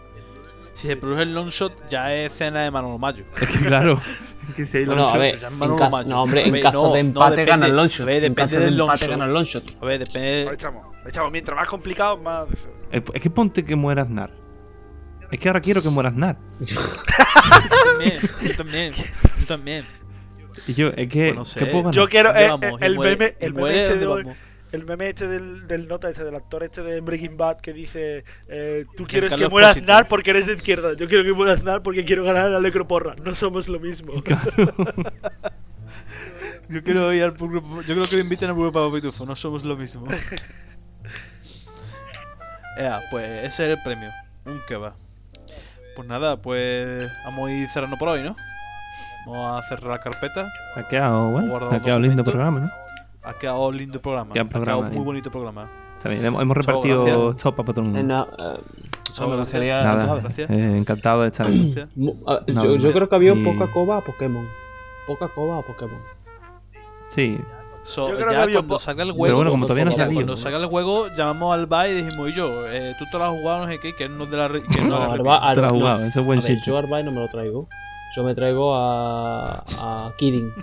Si se produce el long shot, ya es cena de Manolo Mayo. Es que claro. que si hay No, no, launch- a ver, ya en Manolo caso- Macho. no, hombre, en Ve, caso no, de no, empate depende- gana el longshot. ve, En caso depende de del empate longshot. gana el longshot. A ver, Ahí depende. echamos, ahí echamos. Mientras más complicado, más. Es es que ponte que muera Aznar. Es que ahora quiero que muera Aznar. también, yo también. Yo también. Y yo, es que. Pues no sé. ¿Qué puedo ganar? Yo quiero ¿Dónde eh, vamos? eh, el, ¿Y muere- meme, y el muere meme este dónde de hoy- vamos? el meme este del, del nota este, del actor este de Breaking Bad que dice eh, tú quieres Giancarlo que muera Esposito. Aznar porque eres de izquierda, yo quiero que muera Aznar porque quiero ganar la necroporra, no somos lo mismo. Yo quiero ir al grupo. Yo creo que lo inviten al grupo Papá Pitufo, no somos lo mismo. Ea, pues ese era el premio. Un que va. Pues nada, pues vamos a ir cerrando por hoy, ¿no? Vamos a cerrar la carpeta. Ha quedado, bueno, Guardado ha quedado lindo documento. programa, ¿no? Ha quedado lindo programa. Qué ha quedado programa, muy lindo. bonito programa. Está bien, hemos, hemos Muchas repartido gracias. chopa para todo el Eh, mundo. no, eh, Muchas hombre, gracias. sería- Nada, gracias. eh, encantado de estar aquí. Gracias. mu- ah, No, yo, yo no. creo que había Y- poca coba a Pokémon. Poca coba a Pokémon. Sí, So, Yo creo que ya había cuando po- salga el juego. pero bueno, como todavía no se ha cuando salido. salga el juego, llamamos al BAI y dijimos, y yo, eh, tú te lo has jugado, no sé qué, que no es de la. re- Que no de No, la Arba- review". Arba- Te lo has no. jugado, ese es buen A ver, sitio. Yo Arbai no me lo traigo. Yo me traigo a, a Kirin.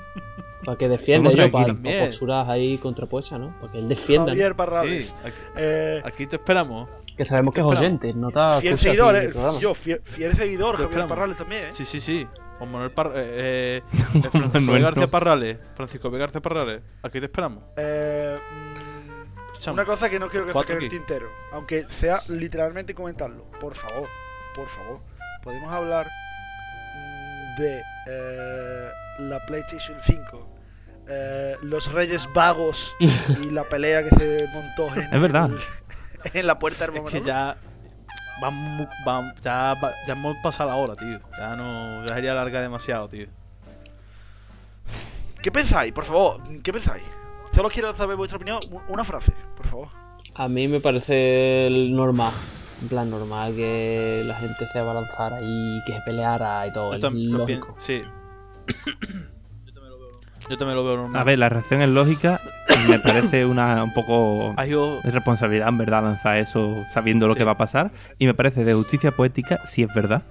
Para que defienda Vamos a yo, traer para, Kirin. para Bien. posturas ahí contrapuestas, ¿no? Para que él defienda. ¿no? Javier Parrales. Sí, aquí, Eh, aquí te esperamos. Que sabemos que es Esperamos. oyente, no está escucha fiel aquí seguidor, el eh, programa. yo, fiel, fiel seguidor, Te Javier esperamos. Parrales también, eh. Sí, sí, sí. Juan Manuel Par eh, eh, eh, Francisco Manuel, B. no. García Parrales. Francisco B. García Parrales. Aquí te esperamos. Eh, mm, Chamo. una cosa que no quiero que Cuatro saque el aquí. tintero, aunque sea literalmente comentarlo, por favor, por favor, podemos hablar mm, de eh, la PlayStation 5, eh, los Reyes Vagos y la pelea que se montó en, Es verdad. el- en la puerta Es del que Momonólogo. ya. Vamos, ya, va- ya hemos pasado la hora, tío. Ya no. Ya sería larga demasiado, tío. ¿Qué pensáis, por favor? ¿Qué pensáis? Solo quiero saber vuestra opinión, u- una frase, por favor. A mí me parece el normal. En plan, normal que la gente se abalanzara y que se peleara y todo. Yo Es también lo lógico. pienso. Sí. Yo también lo veo normal. a ver, la reacción es lógica. Me parece una un poco Ha sido- es responsabilidad, en verdad, lanzar eso sabiendo lo Sí. que va a pasar. Y me parece de justicia poética, si es verdad,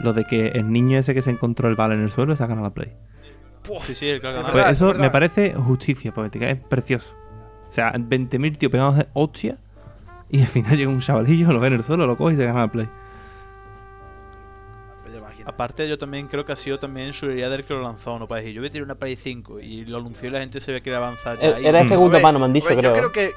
lo de que el niño ese que se encontró el balón en el suelo se ha ganado la play. Puf, Sí, sí, el que ha es ganado. Pues verdad, es eso me verdad. parece justicia poética, es precioso. O sea, 20.000 tíos pegados de hostia y al final llega un chavalillo, lo ve en el suelo, lo coge y se gana la play. Oye, máquina. Aparte, yo también creo que ha sido también su idea del que lo lanzó, ¿no? Para decir, yo voy a tirar una Play 5 y lo anunció y la gente se ve que le avanza ya. Era y- Eh, era de Mm. segunda A ver, mano, me han dicho, a ver, creo. Yo ¿eh? creo que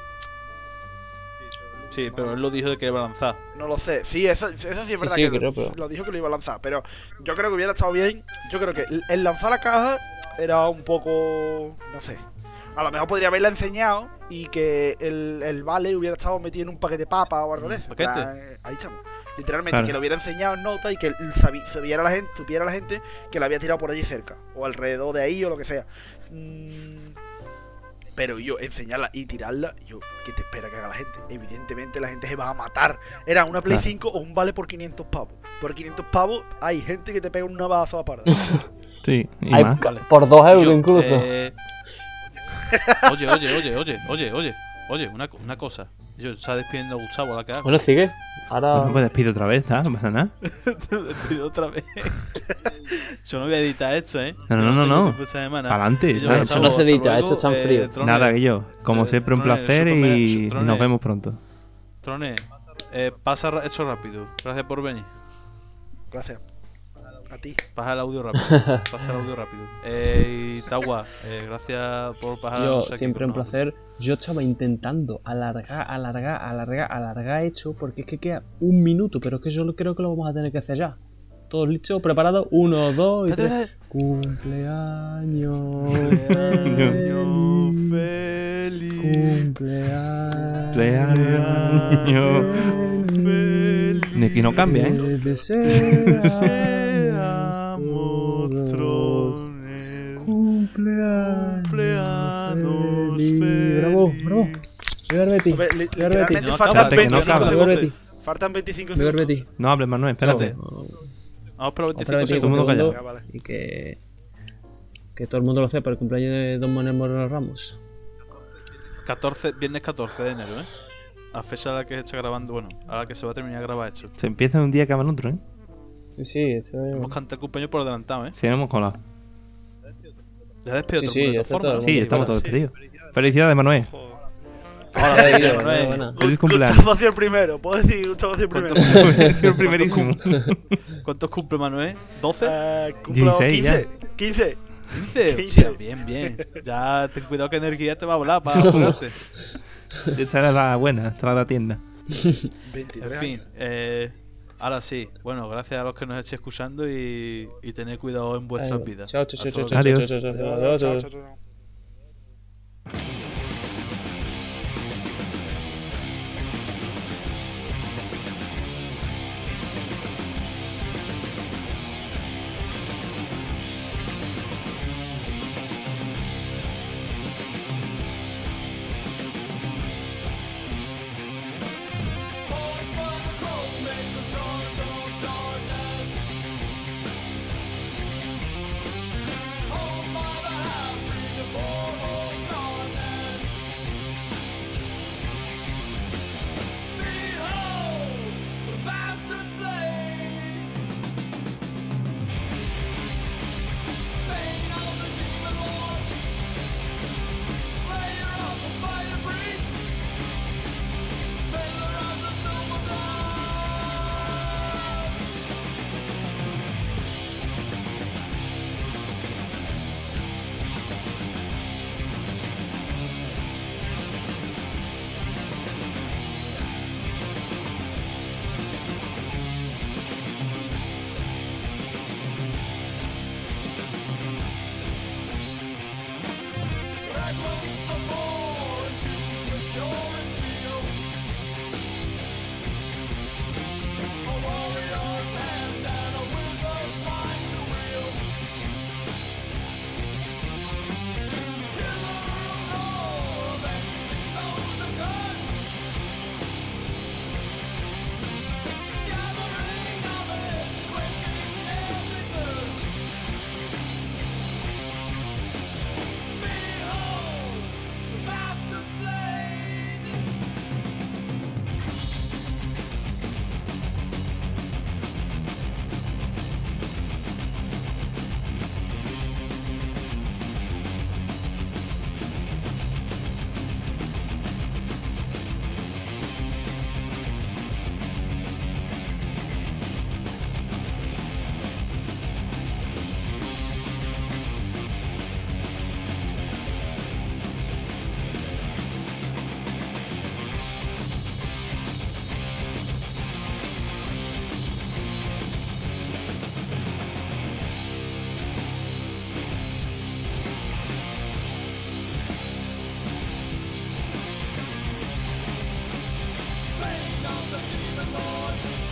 Sí, pero él lo dijo de que le iba a lanzar. No lo sé. Sí, eso, eso sí es verdad sí, que creo, lo, pero- lo dijo que lo iba a lanzar. Pero yo creo que hubiera estado bien. Yo creo que el- el lanzar la caja era un poco. No sé. A lo mejor podría haberla enseñado y que el, el vale hubiera estado metido en un paquete de papa o algo de eso. paquete? En plan, eh, Ahí estamos. Literalmente, Claro. que lo hubiera enseñado en nota y que sabi- sabiera la gente, supiera la gente que la había tirado por allí cerca. O alrededor de ahí o lo que sea. Mm, pero yo enseñarla y tirarla, yo, ¿qué te espera que haga la gente? Evidentemente la gente se va a matar. Era una Play Claro. 5 o un vale por 500 pavos. Por 500 pavos hay gente que te pega un navazo a la parda. Sí, y Hay más. ca- Vale. Por dos euros Yo, incluso. eh, Oye, oye, oye, oye, oye, oye, oye, una, co- una cosa. Yo está despidiendo a Gustavo la que hago. Bueno, sigue. Ahora. Bueno, pues despido otra vez, ¿está? No pasa nada. Despido otra vez. Yo no voy a editar esto, ¿eh? No, no, Yo no, tengo no. tiempo esta semana. Pa'lante, Yo, claro, Gustavo, eso no hasta se edita, luego, esto está en eh, frío. Trone, Nada, Guillo. Como eh, siempre, un Trone, placer Superman, y Superman. nos vemos pronto. Trone, eh, pasa ra- esto rápido. Gracias por venir. Gracias. A ti. Pasa el audio rápido. Pasa el audio rápido. Eh, y Tawa, eh, gracias por pasar la Yo, noche aquí siempre con un nosotros. placer. Yo estaba intentando alargar, alargar, alargar, alargar esto porque es que queda un minuto, pero es que yo lo- creo que lo vamos a tener que hacer ya. ¿Todos listos? ¿Preparados? Uno, dos y Espérate, tres. espérate. Cumpleaños. Cumpleaños feliz. feliz. Cumpleaños. Cumpleaños feliz. Ni que no cambia, ¿eh? Te deseamos Seamos todos trones. Cumpleaños. Cumpleaños feliz. Bravo, bravo. Viva el Betis. A ver, Viva el li- Betis. literalmente No faltan acaba, que no 25 Viva acaba. el segundos. Betis. Faltan 25 Viva el segundos. Betis. No hables, Manuel, espérate. Vamos por Otra 25 vez, segundos. mundo un segundo, callado. Ah, vale. Y que, que todo el mundo lo sepa, el cumpleaños de Don Manuel Moreno Ramos. 14, viernes 14 de enero, ¿eh? A fecha a la que se está grabando, bueno, a la que se va a terminar de grabar esto. Se empieza de un día que va en otro, ¿eh? Sí, sí, eso es... Hemos cantado el cumpleaños por adelantado, ¿eh? Si no hemos colado. Ya despido Sí, todo sí, el mundo ya de todas está formas. todo. Sí, Sí, estamos bueno, todos despedidos. Felicidades, Manuel. Hola, Ahí, Manuel. buena, buena. Feliz Gustavo cumpleaños. hacia el primero. Puedo decir Gustavo hacia el primero. Es el primerísimo. ¿Cuántos cumple Manuel? ¿12? Eh, cumplo 16 ya. 15. 15. 15. quince. Hostia, bien, bien. Ya ten cuidado que energía te va a hablar para jugarte. Esta era la buena, esta era la tienda. En 23. fin, eh, ahora sí. Bueno, gracias a los que nos estéis escuchando y, y tened cuidado en vuestras Ahí va. vidas. Chao, chao, Hasta chao, luego. chao, Adiós. chao, chao, chao, Adiós, chao, chao, chao. chao, Eh, chao. Rain on the demon lord